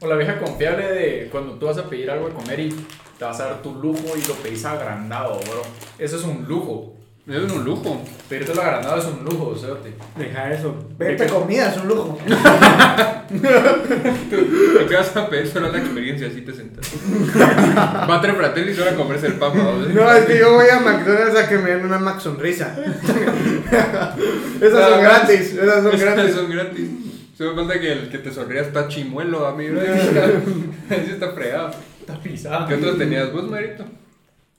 o la vieja confiable de cuando tú vas a pedir algo de comer y te vas a dar tu lujo y lo pedís agrandado, bro. Eso es un lujo. Es un lujo. Pedirte lo agrandado es un lujo, o sea, te- Deja eso. Verte comida es un lujo. Lo que vas a pedir solo es la experiencia, así te sentas. Va a tres fratelli y solo a comerse el pan. ¿no? No, es que yo voy a McDonald's a que me den una Mac sonrisa. Esas son gratis, esas son Esas gratis. son gratis. Solo falta que el que te sonría está chimuelo, amigo. Ese está fregado. Está pisada. ¿Qué otras tenías vos, Marito?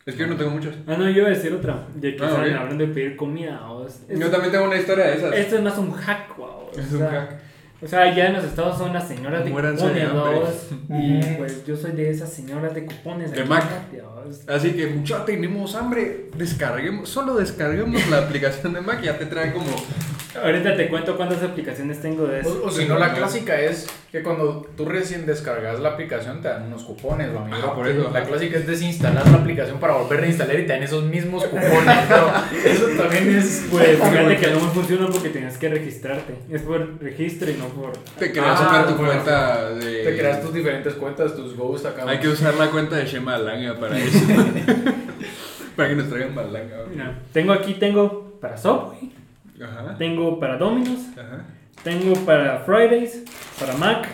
Es que yo no tengo muchas. Ah, no, yo iba a decir otra. De que Ah, estaban ok. hablando de pedir comida. vamos. Yo también tengo una historia de esas. Esto es más un hack, wow. Es un hack. O sea, ya en los estados son las señoras de Muéranse de cupones, hambre. babos. Y pues yo soy de esas señoras de cupones. De aquí Mac. en Guate, babos. Así que, muchachos, tenemos hambre. Descarguemos, solo descarguemos la aplicación de Mac y ya te trae como. Ahorita te cuento cuántas aplicaciones tengo de eso. O, o si no, la clásica es que cuando tú recién descargas la aplicación te dan unos cupones, bro, amigo. Ah, por eso. La clásica es desinstalar la aplicación para volver a instalar y te dan esos mismos cupones, bro. Eso también es... Pues fíjate que no me funciona porque tenías que registrarte. Es por registro y no por. Te creas Ah, acá tu bueno. cuenta de. Te creas tus diferentes cuentas, tus ghosts acá. Hay que usar la cuenta de Shema Langa para eso. para que nos traigan Malanga. Mira, tengo aquí, tengo para Subway, Ajá. tengo para Domino's, Ajá. tengo para Fridays, para Mac,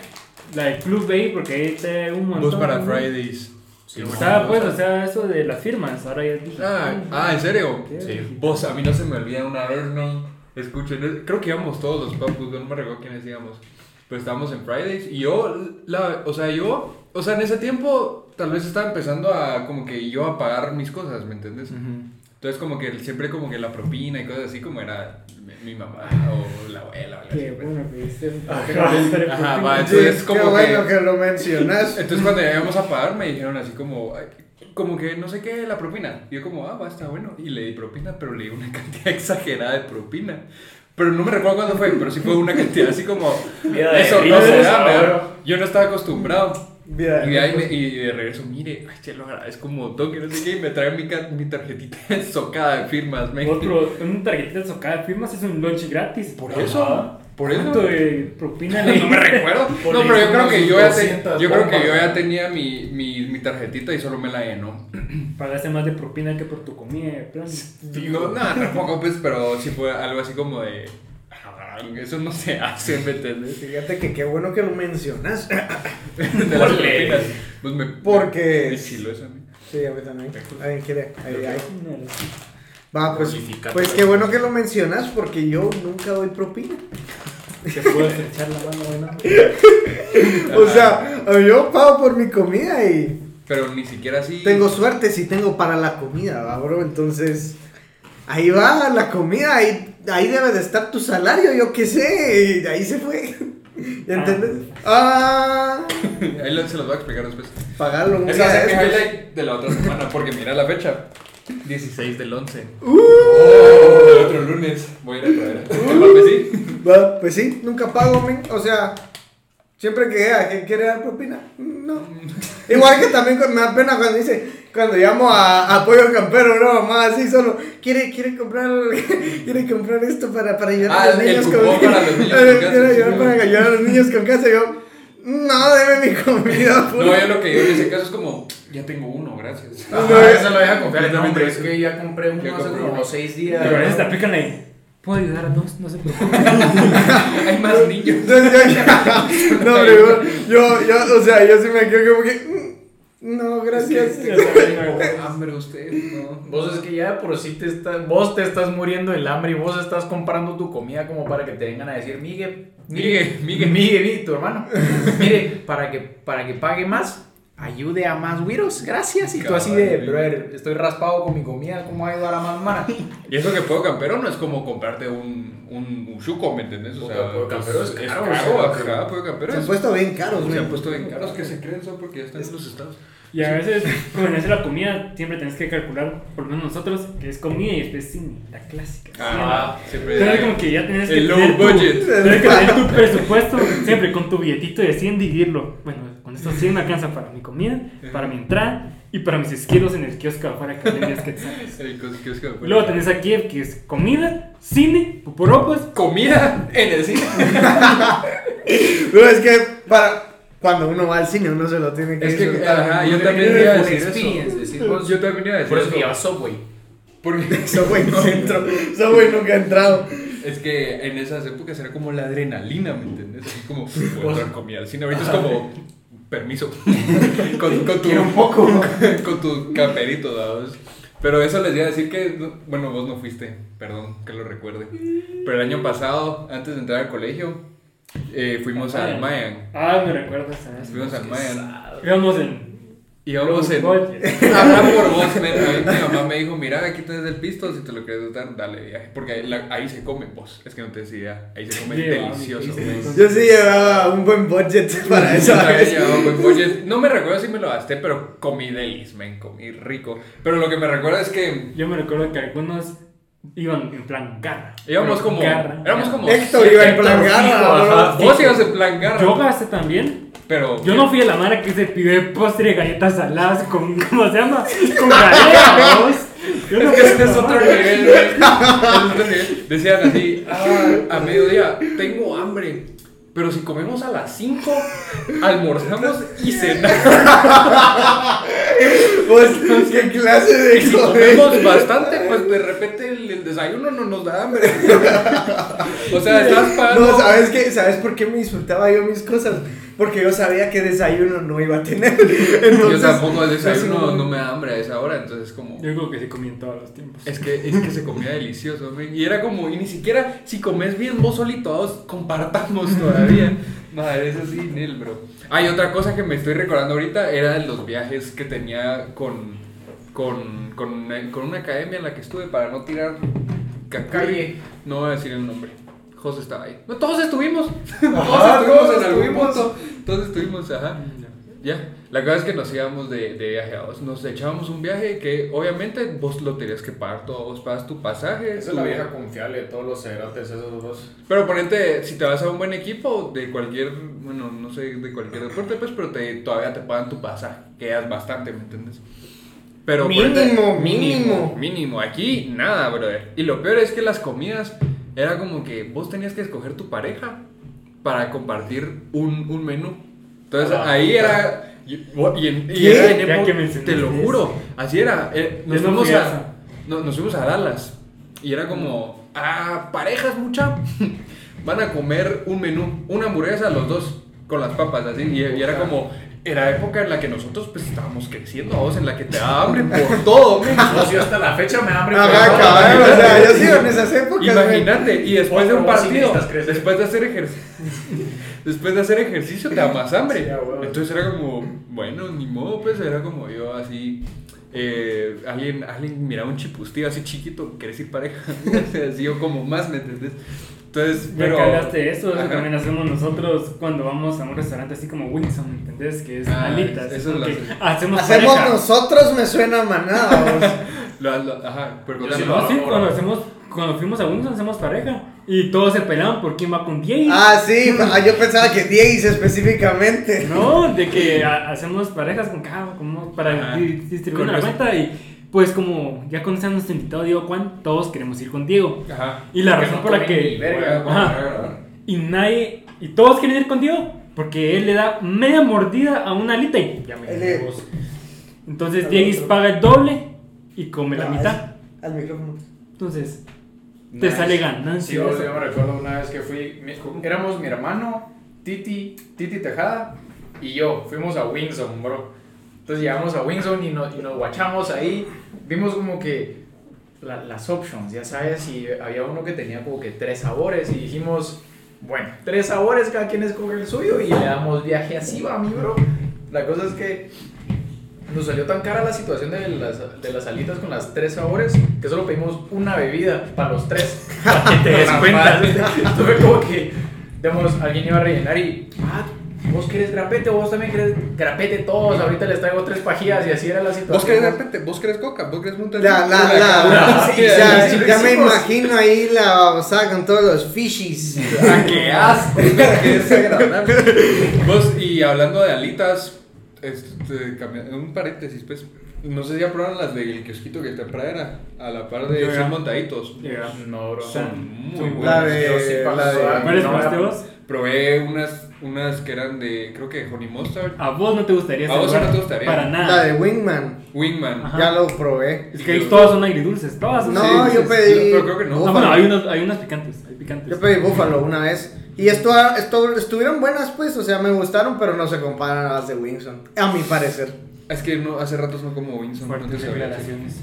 la del Club Bay, porque ahí te un montón. Vos para ¿no? Fridays. Sí, O bueno. sea, pues, o sea, eso de las firmas, ahora ya dije. Ah, ah, ¿en serio? Sí. Vos, a mí no se me olvida una vez, no. Escuchen, eh, creo que íbamos todos los papus, yo no me recuerdo quiénes íbamos. Pero estábamos en Fridays y yo, la, o sea, yo, o sea, en ese tiempo tal vez estaba empezando a como que yo a pagar mis cosas, ¿me entiendes? Entonces como que siempre como que la propina y cosas así como era mi, mi mamá o la abuela. o algo Qué así, pues. bueno que dice. Ajá, va, Sí, entonces como qué que... bueno que lo mencionas. Entonces cuando llegamos a pagar me dijeron así como, "Ay, como que no sé qué, la propina. Y yo como, ah, va, está bueno. Y le di propina, pero le di una cantidad exagerada de propina. Pero no me recuerdo cuándo fue, pero sí fue una cantidad así como... Vida de Eso no ricos, se da, ahora. ¿verdad? Yo no estaba acostumbrado. Mira, Y de, ahí me- y de regreso, mire, ay, te lo agradezco un montón, que no sé qué, y me trae mi, ca- mi tarjetita socada de firmas, men. Otro, un tarjetita de socada de firmas es un lunch gratis. Por eso, Ajá. por eso. ¿Cuánto de propina le No me recuerdo. Por No, pero yo ahí creo unas que yo ya, te- 200 yo creo que bombas. yo ya tenía mi, mi, mi tarjetita y solo me la llenó. Pagaste más de propina que por tu comida de plano. No, nada, tampoco, pues, pero sí fue algo así como de. "Ah, Eso no se hace, ¿me entiendes? Fíjate que qué bueno que lo mencionas. De las Ole. propinas. Pues me, Porque- Me chilo eso a mí. Sí, a mí también. ¿Alguien quiere? Ahí, ahí. Va, pues, Bonificado. pues qué bueno que lo mencionas porque yo nunca doy propina. Se puede estrechar la mano, bueno. O sea, yo pago por mi comida y Pero ni siquiera así. tengo suerte si tengo para la comida, ¿va, bro. Entonces, ahí va la comida, ahí, ahí debe de estar tu salario, yo qué sé, y de ahí se fue. ¿Ya entendés? Ah, Ahí lo- se los voy a explicar después. pagarlo un Ese va a día ser de mi estos. highlight de la otra semana, porque mira la fecha. 16 del 11. Oh, otro lunes. Voy a ir a traer. ¿Qué sí? Va, pues sí, nunca pago, men. O sea, siempre que ¿a quién quiere dar propina? No. Igual que también con- me da pena cuando dice, cuando llamo a apoyo campero, no, mamá, así solo, quiere, quiere comprar, quiere comprar esto para, para ayudar Ah, a los el niños cupón para los niños con cáncer, Quiero sí, ayudar sí. para ayudar a los niños con cáncer, yo, no, deme mi comida, por No, yo lo que digo en ese caso es como, ya tengo uno, gracias. Ah, No, eso lo deja confiar yo el también nombre. creo Es que- que ya compré uno Yo hace compré como uno. unos seis días. Pero a veces te aplican ahí. ¿Puedo ayudar a dos? No sé por qué. Hay más niños. Entonces, yo- no, hombre, yo, yo, yo, o sea, yo sí me quedo como que, "Mm, no, gracias. Hambre usted, no. Vos es que ya de por sí te estás, vos te estás muriendo del hambre y vos estás comprando tu comida como para que te vengan a decir, Migue, Migue, Migue, Migue, migue". Migue, mi- tu hermano. Mire, para que, para que pague más, ayude a más güiros, gracias. Y tú así de, Cabrón. brother, estoy raspado con mi comida, ¿cómo va a ayudar a más mana? Y eso que puedo campero no es como comprarte un, un, un chuco, ¿me entendés? O sea, Puedo Campero es pues, caro, caro, o sea, ajá, puedo campero Se han es- puesto bien caros, se han men. puesto bien caros que se creen, son porque ya están en los estados. Y a veces, cuando haces la comida, siempre tenés que calcular, por lo menos nosotros, que es comida y después cine, la clásica. Ah, siempre. siempre. Entonces, como que ya tenés que. El low tener tu- budget. Tienes que tener tu presupuesto siempre con tu billetito de 100 dividirlo. Bueno, con estos 100 me alcanza para mi comida, para mi entrada y para mis esquilos en el kiosco afuera que vendías que te sacas. El cos- que es que me pone- Luego tenés aquí el que es comida, cine, puporopos. Comida en el cine. No, es que para cuando uno va al cine uno se lo tiene que Es que, disfrutar. ajá, yo Full también iba a decir experience, decís eso. vos. Yo también iba a decir Por eso eso. que llevas Subway. Porque Subway en centro, Subway nunca ha entrado. Es que en esas épocas era como la adrenalina, ¿me entiendes? Así como, pues. puedo entrar comida al cine. Ahorita es como, permiso. con, con tu, Quiero un poco. Con tu camperito, ¿sabes? Pero eso les iba a decir que, no- bueno, vos no fuiste, perdón, que lo recuerde. Pero el año pasado, antes de entrar al colegio, eh, fuimos al Mayan. Ah, me recuerdas ¿sabes? Fuimos al Mayan. Íbamos en. Y vamos en... Budget. Habla por vos, men. A mí mi mamá me dijo, mira, aquí tenés el pisto, si te lo quieres dar, dale viaje. Porque ahí, la- ahí se come vos. Es que no te decía, ahí se come Sí, delicioso, sí, men. sí. Yo sí llevaba un buen budget para Yo esa también vez. llevaba buen budget. oh, No me recuerdo si me lo gasté, pero comí delis, men, comí rico. Pero lo que me recuerda es que Yo me recuerdo que algunos iban en plan garra. íbamos Pero como. garra. Éramos como. Héctor iba en Héctor plan fijo, garra, ajá. bro. Vos ibas en plan garra. Ah, Yo gasté también. pero. Yo no fui a la mara que se pidió postre de galletas saladas con. ¿Cómo se llama? Con galletas. vos. Yo no Es que fui a este esa es otro mara. nivel, men. Es otro nivel. Decían así, "Ah, a mediodía, tengo hambre. Pero si comemos a las 5, almorzamos y cenamos. Vos, Pues, ¿Qué clase de Si hijo comemos bastante, pues de repente el, el desayuno no nos da hambre. O sea, estás pagando. No, ¿sabes qué? ¿Sabes por qué me insultaba yo mis cosas? Porque yo sabía que desayuno no iba a tener. Entonces, pues, yo tampoco al así desayuno como- no me da hambre a esa hora, entonces como... Yo creo que se comí en todos los tiempos. Es que, es que se comía delicioso, men. Y era como, y ni siquiera si comes bien vos solito, todos compartamos todavía. Madre, eso sí, Nel, bro. Hay otra cosa que me estoy recordando ahorita, era de los viajes que tenía con, con, con, una, con una academia en la que estuve para no tirar cacalle. Calle. No voy a decir el nombre. José estaba ahí. No, todos estuvimos. todos Ajá, estuvimos todos en algún estuvimos. punto. Todos estuvimos, ajá. Ya, la cosa es que nos íbamos de, de viaje a vos. Nos echábamos un viaje que obviamente vos lo tenías que pagar todo, vos pagas tu pasaje. Esa es tu- la vieja confiable de todos los cerotes, esos dos. Pero ponente, si te vas a un buen equipo de cualquier, bueno, no sé, de cualquier deporte, pues, pero te, todavía te pagan tu pasaje, quedas bastante, ¿me entiendes? Pero ponete- Mínimo, mínimo, mínimo. mínimo. Aquí nada, brother. Y lo peor es que las comidas era como que vos tenías que escoger tu pareja para compartir un, un menú. Entonces Ah, ahí puta. era. Y, y en- y ¿Qué? era en Ya época- que mencionaste te lo eso. juro, así era. Eh, nos, Es una fuimos fiesta. a, no- nos fuimos a Dallas y era como, ah, parejas mucha, van a comer un menú, una hamburguesa los dos con las papas, así. Y, y era como, era época en la que nosotros pues estábamos creciendo, vos, en la que te da hambre por todo, men. No, si hasta la fecha me da hambre. Ajá, pero- Ah, cabrón, o sea, yo sigo en esas épocas, güey. Imagínate, y después de un Otro vos partido, cineastas crece. después de hacer ejercicio, después de hacer ejercicio te da más hambre. Sí, a huevo. Entonces era como, bueno, ni modo, pues era como yo así. eh, alguien, alguien miraba un chipustío así chiquito, querés ir pareja. así yo como más, ¿me entendés? Entonces, Ya pero. que hablaste de eso, eso Ajá. también hacemos nosotros cuando vamos a un restaurante así como Wilson, ¿me ¿entendés? Que es Ah, alitas. eso es como lo que hace. hacemos Hacemos pareja. nosotros, me suena a manada, vos. Lo- lo- ajá, pero Yo Sí, contame. lo no, sí, valoro. cuando, hacemos, cuando fuimos a Wilson hacemos pareja y todos se peleaban por quién va con Diego. Ah, sí, ah, yo pensaba que Diez específicamente. No, de que ha- hacemos parejas con cada como para Ajá. di- distribuir Con la los- cuenta y pues como ya conocen a nuestro invitado Diego Juan, todos queremos ir con Diego. Ajá. Y la Porque no razón por la comen ni que... verga. Ajá. Y nadie... Y todos quieren ir con Diego porque él le da media mordida a una alita y ya me Él le- vos. Entonces Diego paga el doble y come la Ah, mitad. Al micrófono. Entonces, te Nice. sale ganancia. Sí, vos, eso. yo me recuerdo una vez que fui, mi- éramos mi hermano, Titi, Titi Tejada y yo, fuimos a Winson, bro. Entonces llegamos a Winson y nos, y nos guachamos ahí, vimos como que la- las options, ya sabes, y había uno que tenía como que tres sabores y dijimos, bueno, tres sabores, cada quien escoge el suyo y le damos viaje así, va, mi bro. La cosa es que nos salió tan cara la situación de las, de las alitas con las tres sabores que solo pedimos una bebida para los tres. Para que te des cuenta. Entonces fue como que, digamos, alguien iba a rellenar y, ah, vos querés grapete, vos también querés grapete todos. Ahorita les traigo tres pajillas y así era la situación. ¿Vos querés repente? ¿Vos querés coca? ¿Vos querés montaña? La, la, la, la- sí, ya, sí, ya me hicimos. imagino ahí la babosada con todos los fishies. Ah, qué asco, qué desagradable. Vos, y hablando de alitas, este, cambi- un paréntesis, pues. No sé si ya probaron las del kiosquito que está en Pradera, a la par de Yo ya. Cien Montaditos. Llega. No, bro. Son muy son buenas. La de- Yo sí pago la de- sudar, ¿Cuáles no, probaste vos? Probé unas, unas que eran de, creo que Honey Mustard, A vos no te gustaría A ese vos lugar, no te gustaría. Para nada. La de Wingman. Wingman. Ah. Ajá. Ah, Ya lo probé. Es que ahí todas son agridulces, todas son No, agridulces. yo pedí. Pero creo que no. Ah, bueno, hay unas, hay unas picantes, hay picantes. Yo pedí búfalo una vez. Y esto, esto estuvieron buenas, pues. O sea, me gustaron, pero no se comparan a las de Wingson. A mi parecer. Es que no, hace ratos no como Winston. no te Fuertes sabría decir. declaraciones.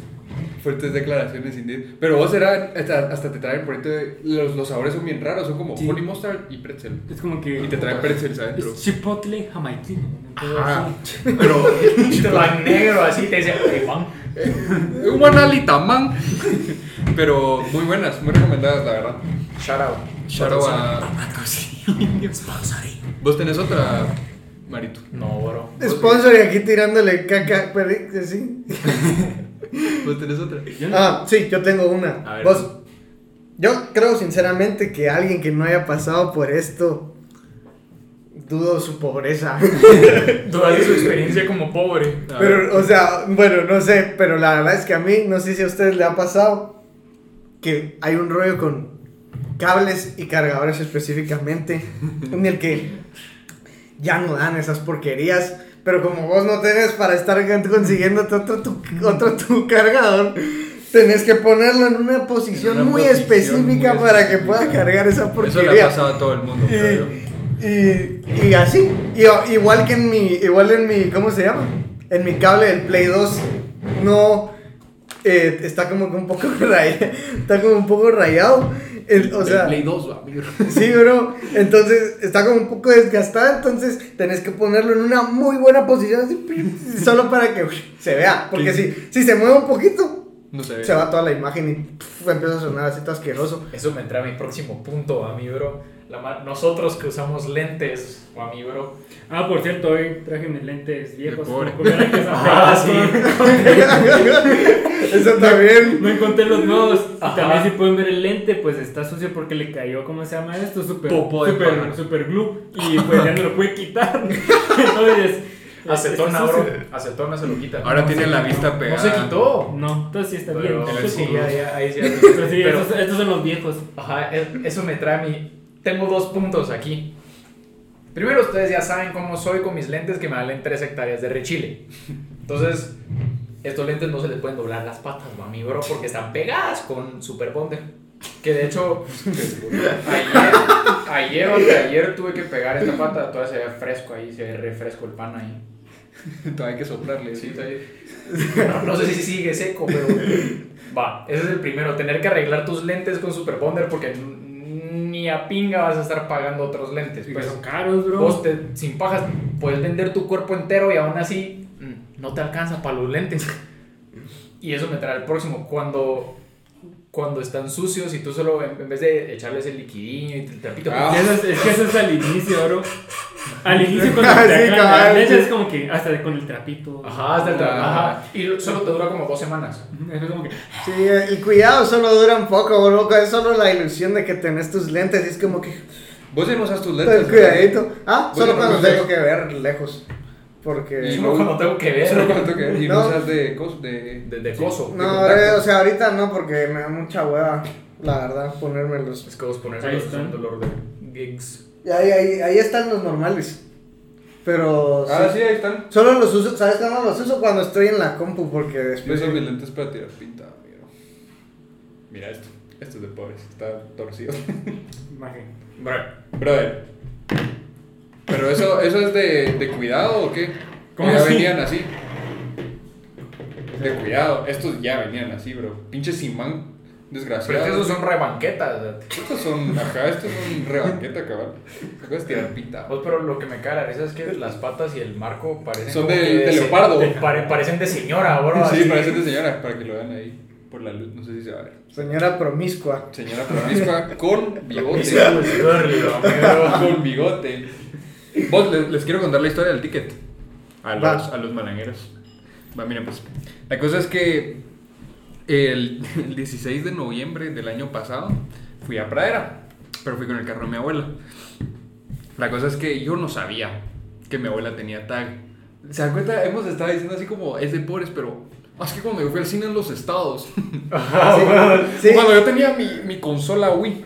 Fuertes declaraciones, indeed. Pero vos era, hasta, hasta te traen, por ejemplo, los, los sabores son bien raros, son como Sí. Honey Mustard y pretzel. Es como que. Y te traen pretzels adentro. Es chipotle jamaiquino. ¿no? Todo Ajá. así. Pero Y te la negro así, te dice, "Ey, Juan". un analita, man. Pero muy buenas, muy recomendadas, la verdad. Shout out. Shout out a- Vos tenés otra, Marito. No, bro. Sponsor y aquí tirándole caca. pero- ¿sí? Vos tenés otra. Yo no- Ah, sí, yo tengo una. A ver. Vos. Yo creo sinceramente que alguien que no haya pasado por esto. Dudo su pobreza. Toda su experiencia como pobre. A ver. Pero, o sea, bueno, no sé, pero la verdad es que a mí, no sé si a ustedes le ha pasado, que hay un rollo con cables y cargadores específicamente, en el que ya no dan esas porquerías, pero como vos no tenés para estar consiguiendo otro tu, otro tu cargador, tenés que ponerlo en una posición una muy posición específica muy para que específica. pueda cargar esa Eso porquería. le ha pasado a todo el mundo. creo yo. Y, y, y así. Y- igual que en mi. Igual en mi. ¿Cómo se llama? En mi cable del Play 2. No. eh, está como que un poco rayado. Está como un poco rayado. El- o sea. Play 2, va, amigo. Sí, bro. Entonces está como un poco desgastada. Entonces tenés que ponerlo en una muy buena posición. así, pim, solo para que uy, se vea. Porque si, si se mueve un poquito. No se ve. se va toda la imagen y pff, empieza a sonar así todo asqueroso. Eso me entra a mi próximo punto, a mi bro. La ma- Nosotros que usamos lentes, o a mi bro. Ah, por cierto, hoy traje mis lentes viejos. De pobre. como que eran que esas Ah, pruebas, sí. Eso también. No encontré los nuevos. Y Ajá. también si pueden ver el lente, pues está sucio porque le cayó, ¿cómo se llama esto? Super, Popo de super, pájaro. super glue. Y pues ya no lo pude quitar. Entonces. Acetona, está sucio. bro. Acetona se lo quita. Ahora tiene la vista No pegada. se quitó. No, entonces sí está Pero, bien. el sí, culo. ya, ya, ahí sí, ya- Pero sí, pero- estos, estos son los viejos. Ajá, e- eso me trae a mi... Tengo dos puntos aquí. Primero, ustedes ya saben cómo soy con mis lentes que me valen 3 hectáreas de rechile. Entonces, estos lentes no se les pueden doblar las patas, a mi bro, porque están pegadas con Super Bonder. Que de hecho, ayer, ayer, o de ayer tuve que pegar esta pata, todavía se ve fresco ahí, se ve refresco el pan ahí. Todavía hay que soplarle. Sí, estoy- No, no sé si sigue seco, pero. Va, ese es el primero. Tener que arreglar tus lentes con Super Bonder porque n- ni a pinga vas a estar pagando otros lentes. Pero Pues son caros, bro. vos te- sin pajas puedes vender tu cuerpo entero y aún así mm, no te alcanza para los lentes. Y eso me trae al próximo. Cuando. Cuando están sucios y tú solo, en en vez de echarles el liquidinho y el trapito, Ah, Eso es, es que eso es al inicio, bro. Al inicio cuando Sí, te agarran cabal, la leche sí. es como que hasta con el trapito. ajá, hasta el tra- Ah. ajá, y solo te dura como dos semanas. Eso es como que Sí, el cuidado solo dura un poco, loco. Es solo la ilusión de que tenés tus lentes. Y es como que. Vos ya no usas tus El lentes. cuidadito. Ah, Voy solo a cuando romper. tengo que ver lejos. Porque. Y Solo no- cuando tengo que ver. Solo cuando toque. Y no No. usas de. cos- de- De, de coso. de No, contacto. eh, o sea, ahorita no, porque me da mucha hueva, la verdad, ponérmelos. Es que vos pones Ahí están. un dolor de gigs. Y Ahí, ahí, ahí están los normales. Pero. Ah, sí. sí, ahí están. Solo los uso, ¿sabes cuándo los uso? Cuando estoy en la compu, porque Yo después. uso mis lentes para tirar pinta, mira. Mira esto. Esto es de pobres. Está torcido. imagen. Bro. Brother. Pero eso, eso es de, de cuidado o qué? ¿Cómo ya así? venían así. De cuidado. Estos ya venían así, bro. Pinche Simán. Pero es Desgraciado. que esos son rebanquetas. ¿verdad? Estos son. Ajá, estos son rebanqueta, cabal. Acabas de tirar pinta. Vos, pero lo que me cae la risa es que las patas y el marco parecen. Son como de- que de leopardo. de- pare- parecen de señora, bro. Sí, así. parece de señora, para que lo vean ahí. Por la luz, no sé si se va a ver. Señora promiscua. Señora promiscua con Sí, bigote. pues, sorry, bro, pero- con bigote. Vos, les, les quiero contar la historia del ticket. A Va. los, a los malangueros. Va, miren, pues. La cosa es que el, el 16 de noviembre del año pasado fui a Pradera, pero fui con el carro de mi abuela. La cosa es que yo no sabía que mi abuela tenía tag. ¿Se dan cuenta? Hemos estado diciendo así como es de pobres, pero más que cuando yo fui al cine en los estados. Ah, Sí, sí. Cuando yo tenía mi, mi consola Wii.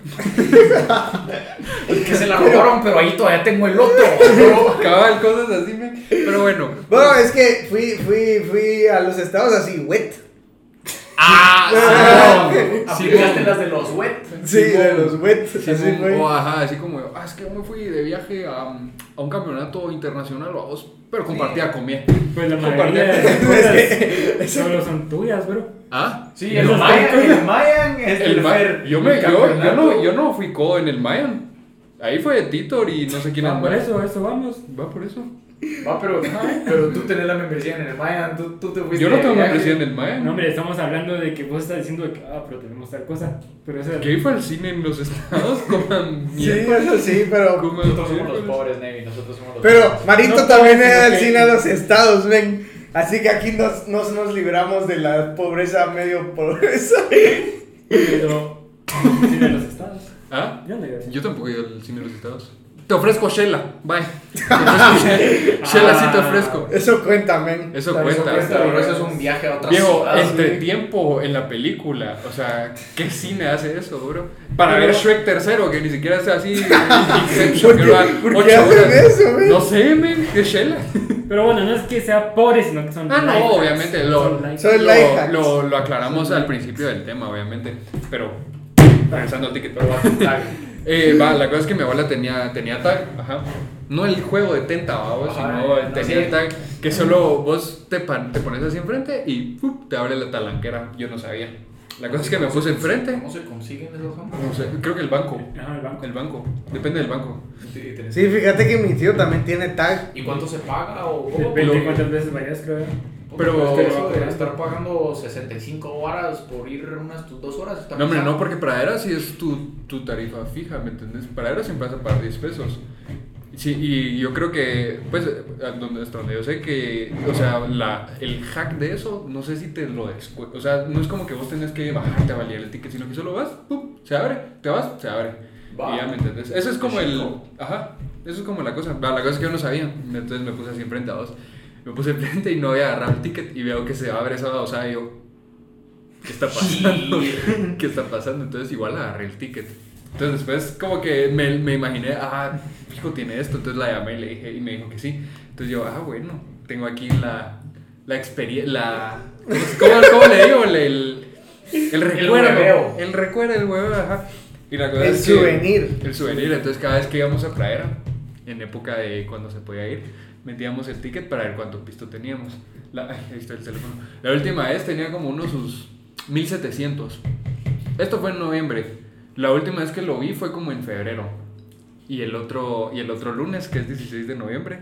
Es que se la robaron, pero ahí todavía tengo el otro. bro. Cabal, cosas así, men. Pero bueno. Bueno, es que fui, fui, fui a los estados así, wet. eh, Ah, sí, Aplicaste las de los wet. Sí, de los wet. Sí, así como- fue. o, ajá, así como, ah, es que yo me fui de viaje a, um, a un campeonato internacional, vamos, pero compartía comida. Pues la Compartir. mayoría de las cosas solo son tuyas, bro. ¿Ah? Sí, el Los Mayan. tacos. El Mayan es El Ma- Fer, yo, me, el yo, yo, no, campeonato. yo no fui co en el Mayan. Ahí fue Titor y no sé quién Ah, más. por eso, eso vamos. Va por eso. Va, pero, pero tú tenés la membresía en el Mayan. Tú, tú te fuiste Yo no de tengo viaje. membresía en el Mayan. No, hombre, estamos hablando de que vos estás diciendo que, ah, pero tenemos tal cosa. Pero eso Que fue al cine en los estados? Coman Sí, mierda. eso sí, pero. Coman Nosotros somos los mierda. pobres, Navy. Nosotros somos los Pero pobres. Marito No, también pues, era el ok. cine a los estados, ven. Así que aquí nos, nos, nos libramos de la pobreza, medio pobreza. Pero. Sí, de los estados. ¿Ah? Yo no iba a decir. Yo tampoco he ido al cine de los estados. Te ofrezco Shela, bye. Te ofrezco Shela, Shela sí te Ah. ofrezco. Eso cuenta, men. Eso También cuenta. Cuesta, bro, eso es un viaje a otra Viejo, Ah, ciudad. entre tiempo en la película, o sea, ¿qué cine hace eso, bro? Para ver Shrek tercero, que ni siquiera es así. Inception, ¿Por que qué- va por qué ocho hacen horas. eso, men? No sé, men, es Shela. Pero bueno, no es que sea pobre, sino que son. Ah, no, life hacks. obviamente, lo- Son life Soy hacks. life hacks. Lo, lo, lo aclaramos al principio del tema, obviamente. Pero, regresando al ticket, pero va. Eh, va, la cosa es que mi abuela tenía, tenía tag, ajá. eh, No el juego de tenta, va, vos, Ajá, sino no, tenía sí. tag que solo vos te, pan- te pones así enfrente y ¡fup! te abre la talanquera. Yo no sabía. La cosa es que me puse enfrente. ¿Cómo se consiguen esos hombres? No sé, creo que el banco. Ajá, el banco. El banco, depende del banco. Sí, fíjate que mi tío también tiene tag. ¿Y cuánto se paga? O, cómo? Oh, Depende cuántas veces vayas, creo. Pero- Pero estar pagando 65 horas por ir unas tus dos horas. está No, hombre, pesado. no, porque pradera sí es tu, tu tarifa fija, ¿me entendés? Pradera siempre vas a pagar 10 pesos. Sí, y yo creo que, pues, a donde, hasta donde yo sé que, o sea, la, el hack de eso, no sé si te lo descu- O sea, no es como que vos tenés que bajarte a validar el ticket, sino que solo vas, ¡pum! se abre, te vas, se abre. Va. Y ya, ¿me entendés? Eso es como el. Chico. Ajá, eso es como la cosa. Va, La cosa es que yo no sabía, entonces me puse así enfrente a dos. Me puse enfrente y no había agarrado el ticket y veo que se abre esa babosa y yo, ¿Qué está pasando? ¿Qué está pasando? Entonces igual agarré el ticket. Entonces después como que me, me imaginé, ah, hijo tiene esto. Entonces la llamé y le dije y me dijo que sí. Entonces yo, ah, bueno, tengo aquí la, la experiencia, la... ¿Cómo, cómo le digo? El, el, el recuerdo. hueveo. El recuerdo, el huevo, ajá. Y la cosa El es que- souvenir. El souvenir. Entonces cada vez que íbamos a traer, en época de cuando se podía ir, metíamos el ticket para ver cuánto pisto teníamos. La, ahí está el teléfono. La última vez tenía como unos sus 1700. Esto fue en noviembre. La última vez que lo vi fue como en febrero. Y el otro, y el otro lunes, que es 16 de noviembre,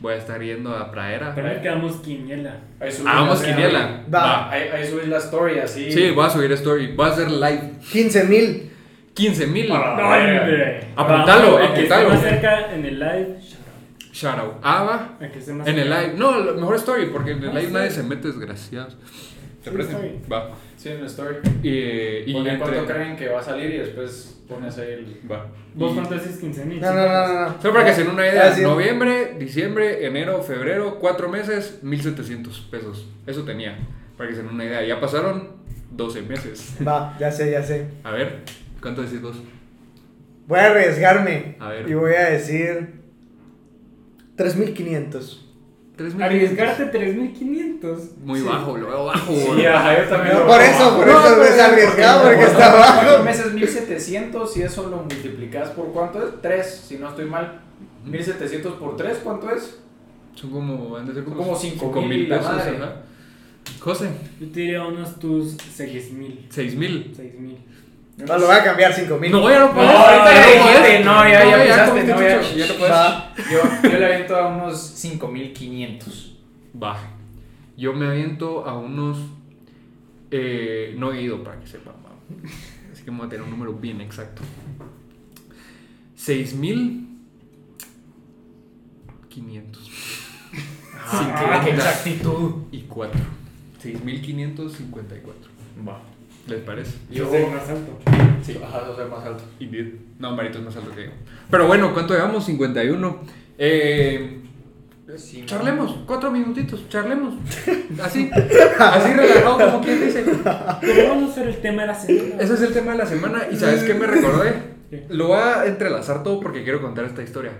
voy a estar yendo a Praera. Pero ahí quedamos quiniela. Ahí subí Hagamos la- quiniela. Va. Va. Ahí, ahí subís la story así. Sí, voy a subir story. Voy a hacer live. 15 mil. 15 mil. Ah. No, hombre. Ah, Apuntalo, Vamos, el que esté apuntalo. más cerca en el live. Shout out. Ah, va. el que esté más En el cerca. live. No, lo- mejor story, porque en el Ah, live sí. nadie se mete, desgraciados. ¿Te Sí, parece? está bien. Va. Sí, en la story. Y, eh, y Y cuánto entre- creen que va a salir y después pones ahí el. Va. ¿Vos Y- cuánto haces? 15 mil. No, no, no, no. no. Solo para que se den una Ah, idea, sí. noviembre, diciembre, enero, febrero, cuatro meses, 1700 pesos. Eso tenía, para que se den una idea. Ya pasaron 12 meses. Va, ya sé, ya sé. A ver, ¿cuánto decís vos? Voy a arriesgarme. A ver. Y voy a decir. 3500. 3.000. Arriesgarte 3500. Muy Sí. bajo, lo veo bajo. Sí, güey. ajá, yo también. No, lo por veo eso, bajo. por No, eso no pero es ya, porque- arriesgado, porque porque- está Cuatro abajo. meses 1700 y eso lo multiplicas por cuánto es? 3, si no estoy mal. 1700 por 3, ¿cuánto es? Son como, han de ser Son como, como cinco mil, la pesos. madre. ajá. José, Yo te diría unos tus 6000. 6000. 6000. No, lo voy a cambiar 5000. No, ya no puedes. ahorita ya ya no dijiste, puedes. no, ya- ya pensaste, comiste no, tu ya- chucho, ya no puedes. Va. Yo, yo le avento a unos 5500. Va. Yo me aviento a unos. eh, no he ido para que sepan, va. Así que me voy a tener un número bien exacto. 6500. Ah, qué exactitud. Y 4. 6554. Va. ¿Les parece? Yo, Yo soy más alto. sí, ajá, yo soy más alto. Indeed. No, Marito es más alto que yo. Pero bueno, ¿cuánto llevamos? 51. Eh, Sí, charlemos, cuatro minutitos, charlemos. Así, así relajado como quien dice. Pero vamos a hacer el tema de la semana. Ese es el tema de la semana. ¿Y sabes qué me recordé? ¿Qué? Lo voy a entrelazar todo porque quiero contar esta historia.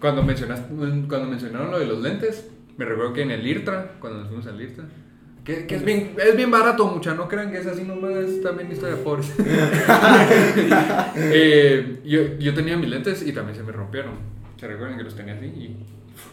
Cuando, mencionas, cuando mencionaron lo de los lentes, me recuerdo que en el IRTRA, cuando nos fuimos al IRTRA, que, que es, bien, es bien barato, mucha, no crean que es así nomás, es también historia pobre. Eh, yo, yo tenía mis lentes y también se me rompieron. ¿Se recuerdan que los tenía así? Y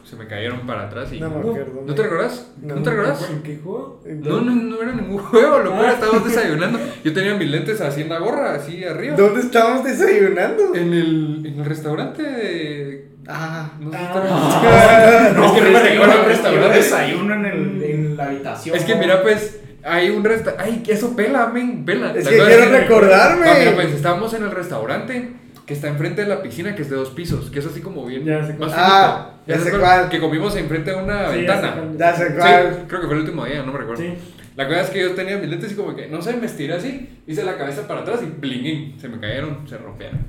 se me cayeron para atrás y... No me ¿No, acuerdo. te recuerdas? ¿No, No, te no me recuerdas? ¿En qué juego? No, no, no era ningún juego, locura, estábamos desayunando. Yo tenía mis lentes así en la gorra, así arriba. ¿Dónde estábamos desayunando? En el, en el restaurante de. Ah. No sé si Ah. está- No, es que no me recuerdo el restaurante. este desayuno en, el- en la habitación. Es que mira, pues, hay un restaurante. Ay, que eso pela, men, pela. Es La que cosa quiero que- recordarme. No, mira, pues, estábamos en el restaurante que está enfrente de la piscina, que es de dos pisos, que es así como bien. Ya sé cuál. más Ah, finito. ya ¿Ese sé cuál? cuál. Que comimos enfrente de una Sí, ya sé ventana. cuál. Ya sé Sí, cuál. creo que fue el último día, no me recuerdo. Sí. La cosa es que yo tenía mis lentes y como que, no sé, me estiré así, hice la cabeza para atrás y blinguín, se me cayeron, se rompieron.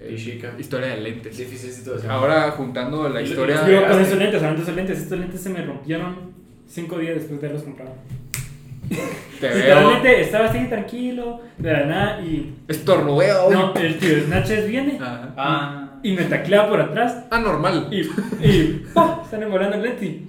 Eh, Y chica. Historia de lentes. Difícil situación. Ahora juntando la Y- historia. Yo con esos lentes, hablando de esos lentes, estos lentes se me rompieron cinco días después de haberlos comprado. Te veo. Literalmente estaba así tranquilo, de la nada, y. Estornudeo. No, el tío Snatches viene Ajá. Ah. y me taclea por atrás Ah, normal. y. y ¡pah! Están volando el lente y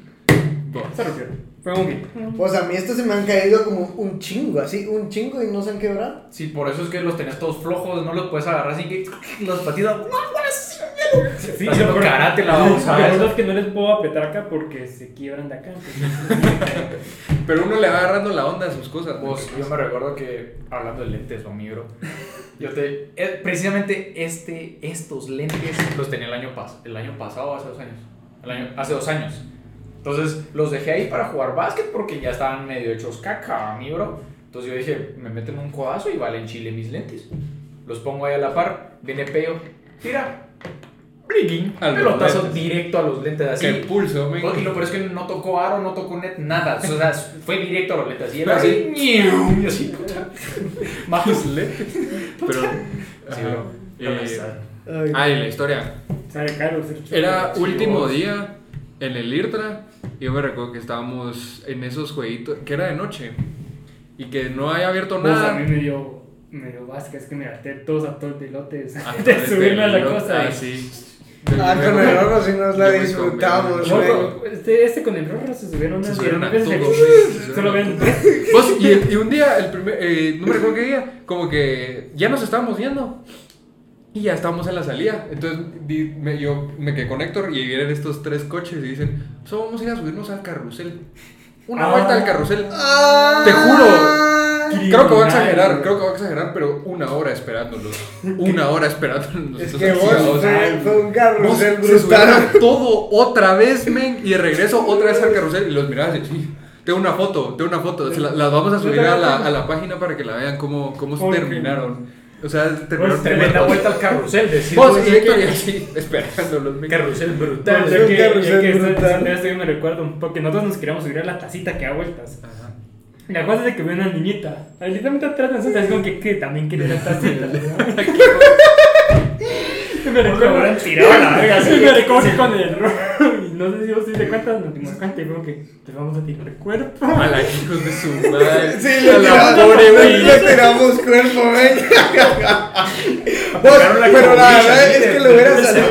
se rompieron. Fue como que. Pues a mí estos se me han caído como un chingo, así, un chingo y no se han quebrado. Sí, por eso es que los tenés todos flojos, no los puedes agarrar sin que los patitas. Sí, Está haciendo pero- karate la babosa Lo peor esa. es que no les puedo apretar acá porque se quiebran de acá. Pero uno le va agarrando la onda a sus cosas. Vos, Pues, yo me recuerdo que hablando de lentes, o mi bro, yo te, eh, precisamente este, estos lentes los tenía el año, pas, el año pasado, hace dos años, El año- hace dos años. Entonces los dejé ahí para jugar básquet porque ya estaban medio hechos caca, mi bro. Entonces yo dije, me meten un codazo y valen chile mis lentes. Los pongo ahí a la par, viene Peo, tira, bliguín, A los pelotazo lentes. directo a los lentes así. Qué pulso, men. Y lo peor es que no tocó aro, no tocó net, nada. O sea, fue directo a los lentes. Y era Pero así, ¿eh? ñiu, y así, puta. Majos. Pero. Sí, ajá. bro. Eh, Ahora está. Ay, ah, y la historia. Sale caro ser chulo. Era Sí, último vos. día en el IRTRA. y Yo me recuerdo que estábamos en esos jueguitos. Que era de noche. Y que no había abierto Pues a nada. mí me dio, me dio vasca, es que me harté todos a todos pelotes Ah, de este subirme a la libro, cosa. Ah, sí. Ah, con el oro sí nos la Yo me disfrutamos, comí. güey. Loco, este, este con el rorro se subieron Se unas subieron a veces de- todos, güey, se Solo subieron ven. a Vos, y, y un día, el primer, eh, no me recuerdo qué día, como que ya nos estábamos viendo y ya estábamos en la salida. Entonces di- me- yo me quedé con Héctor y vienen estos tres coches y dicen, solo vamos a ir a subirnos al carrusel. Una Ah. vuelta al carrusel. Te juro. Creo que voy a exagerar, Criminal, creo que voy a exagerar, pero una hora esperándolos. Una hora esperándolos. Es Entonces, sí, que vos vos- fue, fue un vos carrusel se subieron brutal. a todo otra vez, men, y de regreso otra vez al carrusel y los mirabas y sí. Tengo una foto, tengo una foto. se la- las vamos a subir a la, a la página para que la vean cómo, cómo se Ok. terminaron. O sea, terminaron Pues, tremenda muertos. vuelta al carrusel. decir, Vos güey, y que- Héctor y así, esperándolos, men. Carrusel Ya brutal. Carrusel. que, ya carrusel que estoy brutal. diciendo esto, yo me recuerdo, porque nosotros nos queríamos subir a la tacita que da vueltas. Ajá. La cosa es de que veo una niñita. Literalmente atrás de nosotros, es como que, que también quiere la tacita. ¿no? Y me recuerdo, habrán tirado a la verga, sí. Sí, me recuerdo que con el ro- y No sé si vos te diste cuenta, nos dimos cuenta y como que te vamos a tirar el cuerpo. A la hijos de su madre. Sí, a la le tiramos, pobre, le- le men. tiramos cuerpo, ven. Vos, Aplicaron la pero la cabrilla, sí, verdad es que de- le hubiera de- salido.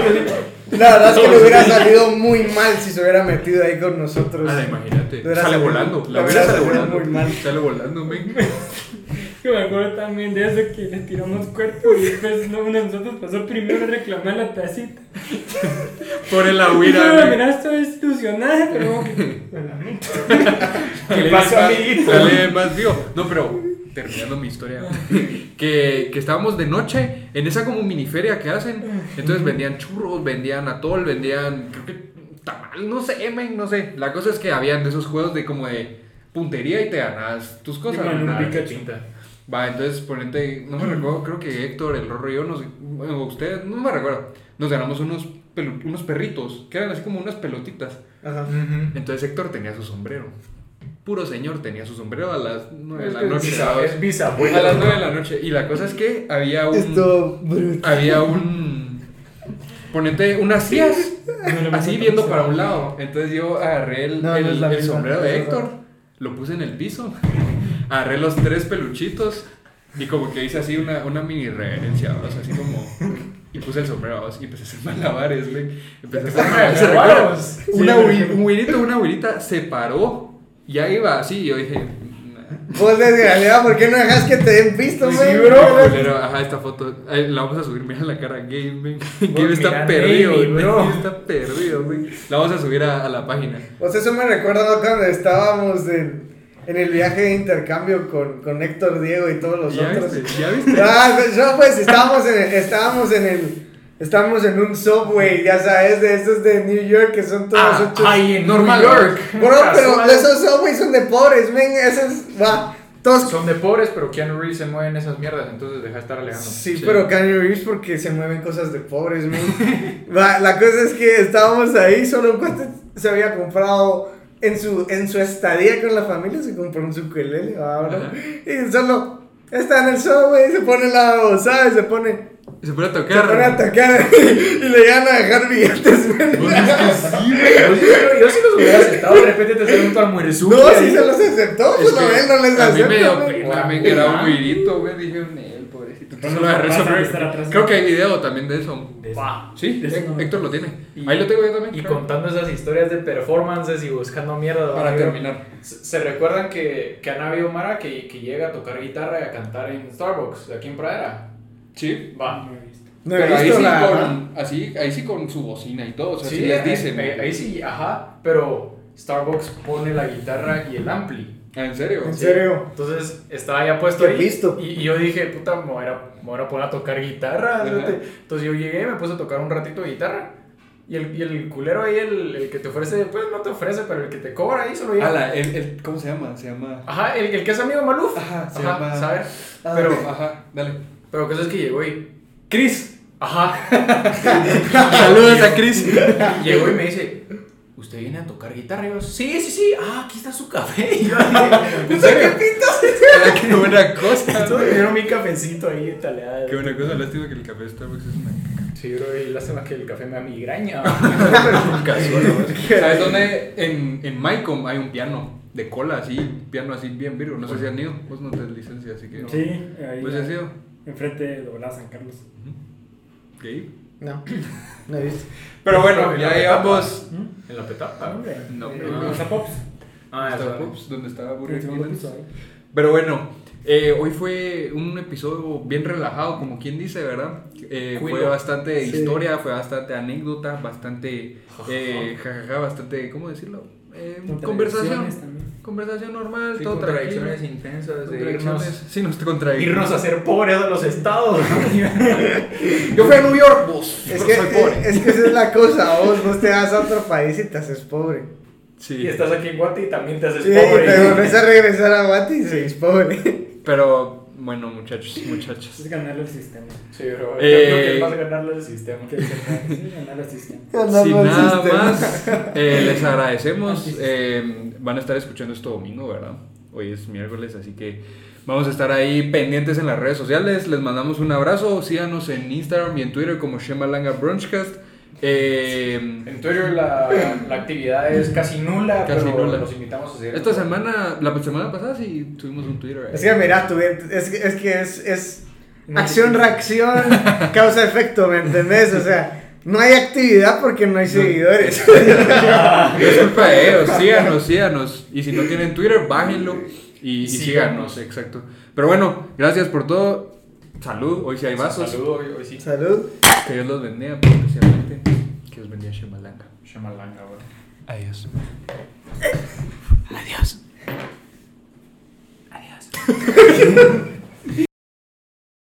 La verdad es que le hubiera salido muy mal si se hubiera metido ahí con nosotros. Ah, imagínate. Hubiera Sale salido- volando. La hubiera vida sale salido volando. muy mal. Sale volando, men. Que me acuerdo también de eso que le tiramos cuerpo y después no, uno de nosotros pasó primero a reclamar la tacita. Por el Y yo la agüira, men. miraste toda institucional, pero como que, "Me lamento". ¿Qué Dale pasó, más- amiguito? dale más vivo. No, pero terminando mi historia. que, que estábamos de noche en esa como miniferia que hacen. Entonces vendían churros, vendían atol, vendían creo que tamal, no sé, men, no sé. La cosa es que habían de esos juegos de como de puntería y te ganas tus cosas. Digo, en un Ah, Pikachu. pinta. Va, entonces ponente, no me recuerdo, creo que Héctor, el Rorro y yo, nos, bueno, ustedes, no me recuerdo, nos ganamos unos, pelu- unos perritos, que eran así como unas pelotitas. Ajá. Entonces Héctor tenía su sombrero. Puro señor tenía su sombrero a las 9 de Es la que es noche. visa, es visa, güey. A las 9 de la noche. Y la cosa es que había un. Esto brutal. Había un. Ponente, unas sillas. No lo Así mismo viendo que para hizo. un lado. Entonces yo agarré el, No, no el- es la el misma, sombrero de es Héctor, otra. lo puse en el piso, agarré los tres peluchitos y como que hice así una, una mini reverencia, ¿va? o sea, así como... Y puse el sombrero ¿va? y empecé a hacer malabares, güey. Empecé a Ah, hacer malabares. ¿se recuerda? Malabares. Una Sí, me güiri- recuerdo. un güirito, una güirita se paró. Ya iba así y yo dije... "Nah". Vos desgraciado, ¿por qué no dejas que te den pisto, Pues Pues, Sí, men? bro. Pero, ajá, esta foto eh, la vamos a subir. Mira la cara de Game. Game Pues mira, está perdido. baby, güey. bro. Gabe está perdido, güey. La vamos a subir a, a la página. Pues eso me recuerda cuando estábamos en, en el viaje de intercambio con, con Héctor Diego y todos los ¿Ya otros. viste? este, ¿Ya viste? Ah, pues, yo pues estábamos en, estábamos en el estábamos en un subway, ya sabes, de estos de New York que son todos Ah, hechos- ay, en Normal. New York. Bro, pero Casual. esos subways son de pobres, men, esos va, todos Son de pobres, pero Keanu Reeves se mueve en esas mierdas, entonces deja de estar alegando. Sí, Sí. pero Kanye Reeves porque se mueven cosas de pobres, men. Va, la cosa es que estábamos ahí, solo un cuate se había comprado en su, en su estadía con la familia, se compró un sukelele, va, bro. Ajá. Y solo está en el subway, se pone la ¿sabes? Se pone, Se pone a se pone a tocar. atacar y le llegan a dejar billetes, men. Vos dices Pues que sí, güey. Pero sí, yo, yo sí los hubiera aceptado, de repente te sale un almuerzo. No, si se los aceptó, ¿eh? pues Es lo que ven, no les a mí me dio aceptó. men. pena, güey. men, que era un güirito, güey. Dije, el pobrecito. Entonces, Solo agarré vas a sobre- estar atrás. Creo que hay video también de eso. Pa. Sí, De eso no. Héctor lo tiene. Y- Ahí lo tengo yo también. Y creo. contando esas historias de performances y buscando mierda. ¿no? Para Yo- terminar. ¿Se se recuerdan que, que han habido Mara que, que llega a tocar guitarra y a cantar en Starbucks, aquí en Pradera? Sí. Va. No he Pero ahí visto sí, la- con, así, ahí sí con su bocina y todo. O sea, sí, les ahí- dicen. ahí, ahí sí, ajá, pero Starbucks pone la guitarra y el ampli. Ah, ¿En serio? ¿En serio? Entonces estaba ya puesto Qué ahí. pisto. Y, y yo dije, puta, me voy a, ir a- me voy a poner a tocar guitarra. Ajá. fíjate. Entonces yo llegué, me puse a tocar un ratito de guitarra. Y el, y el culero ahí, el, el que te ofrece, pues no te ofrece, pero el que te cobra ahí solo llega. Ala, el, el- ¿Cómo se llama? Se llama. Ajá, el, el que es amigo de Maluf. Ajá, se llama- ¿sabes? Ah, pero, ok, ajá, dale. pero cosa es que llegó y. Chris. Ajá. Saludos a Chris. llegó y me dice. ¿Usted viene a tocar guitarra? Y yo, sí, sí, sí. Ah, aquí está su café. Y yo, ¿en serio? Ah, Qué buena cosa. Entonces me dieron mi cafecito ahí de taleada. Qué buena cosa. Lástima que el café de Starbucks es una Sí, bro, y lástima que el café me da migraña. ¿Sabes dónde? En, en Mycom hay un piano de cola, así, piano así bien virgo. No sé si han ido, vos no tenés licencia, así que. Sí, ahí. Pues has ido. Enfrente de Doblada San Carlos. Ok. No, no he visto. Pero bueno, En ya la llevamos. ¿En la Ah, petapa? hombre. No, Eh, pero- Los Zapops. Ah, hasta eso. Pops, donde estaba Burger El segundo King. piso ahí. Pero bueno, eh, hoy fue un episodio bien relajado, como quien dice, ¿verdad? Eh, fue Cuilo. bastante Sí. historia, fue bastante anécdota, bastante eh, jajaja, bastante, ¿cómo decirlo? Eh, conversación. Contradicciones también. Conversación normal, Sí, todo tranquilo. contradicciones intensas de Contradicciones. irnos, Sí, nos contradicimos. irnos a ser pobres a los estados. Yo fui a New York, vos. Es que, eh, soy pobre. es que esa es la cosa, vos, vos te vas a otro país y te haces pobre. y Sí. estás aquí en Guati y también te haces Sí, pobre. te volvés a regresar a Guati y seguís pobre. Pero bueno, muchachos, muchachas. Es ganarle al sistema. Sí, bro. Yo Eh, creo que es más ganarle al sistema. Que se- sí, ganarle al sistema. Sin Andando al nada sistema. más, eh, les agradecemos. eh, van a estar escuchando esto domingo, ¿verdad? Hoy es miércoles, así que vamos a estar ahí pendientes en las redes sociales. Les mandamos un abrazo. Síganos en Instagram y en Twitter como Shemalanga Brunchcast. Eh, En Twitter la, la actividad es casi nula, Casi pero nula. los invitamos a seguir. esta semana, la semana pasada sí tuvimos un Twitter. eh. Es que mira, tú, es, que- es que es, es No acción, te- reacción, causa-efecto, ¿me entendés? O sea, no hay actividad porque no hay seguidores. No es culpa de ellos, eh, síganos, síganos. Y si no tienen Twitter, bájenlo y, y síganos. Síganos. exacto. Pero bueno, gracias por todo. Salud, hoy sí hay vasos. Saludos, hoy, hoy sí. Salud. Que Dios los bendiga, pero especialmente que os bendiga Shemalanga. Shamalanga, bro. Adiós. Adiós. Adiós.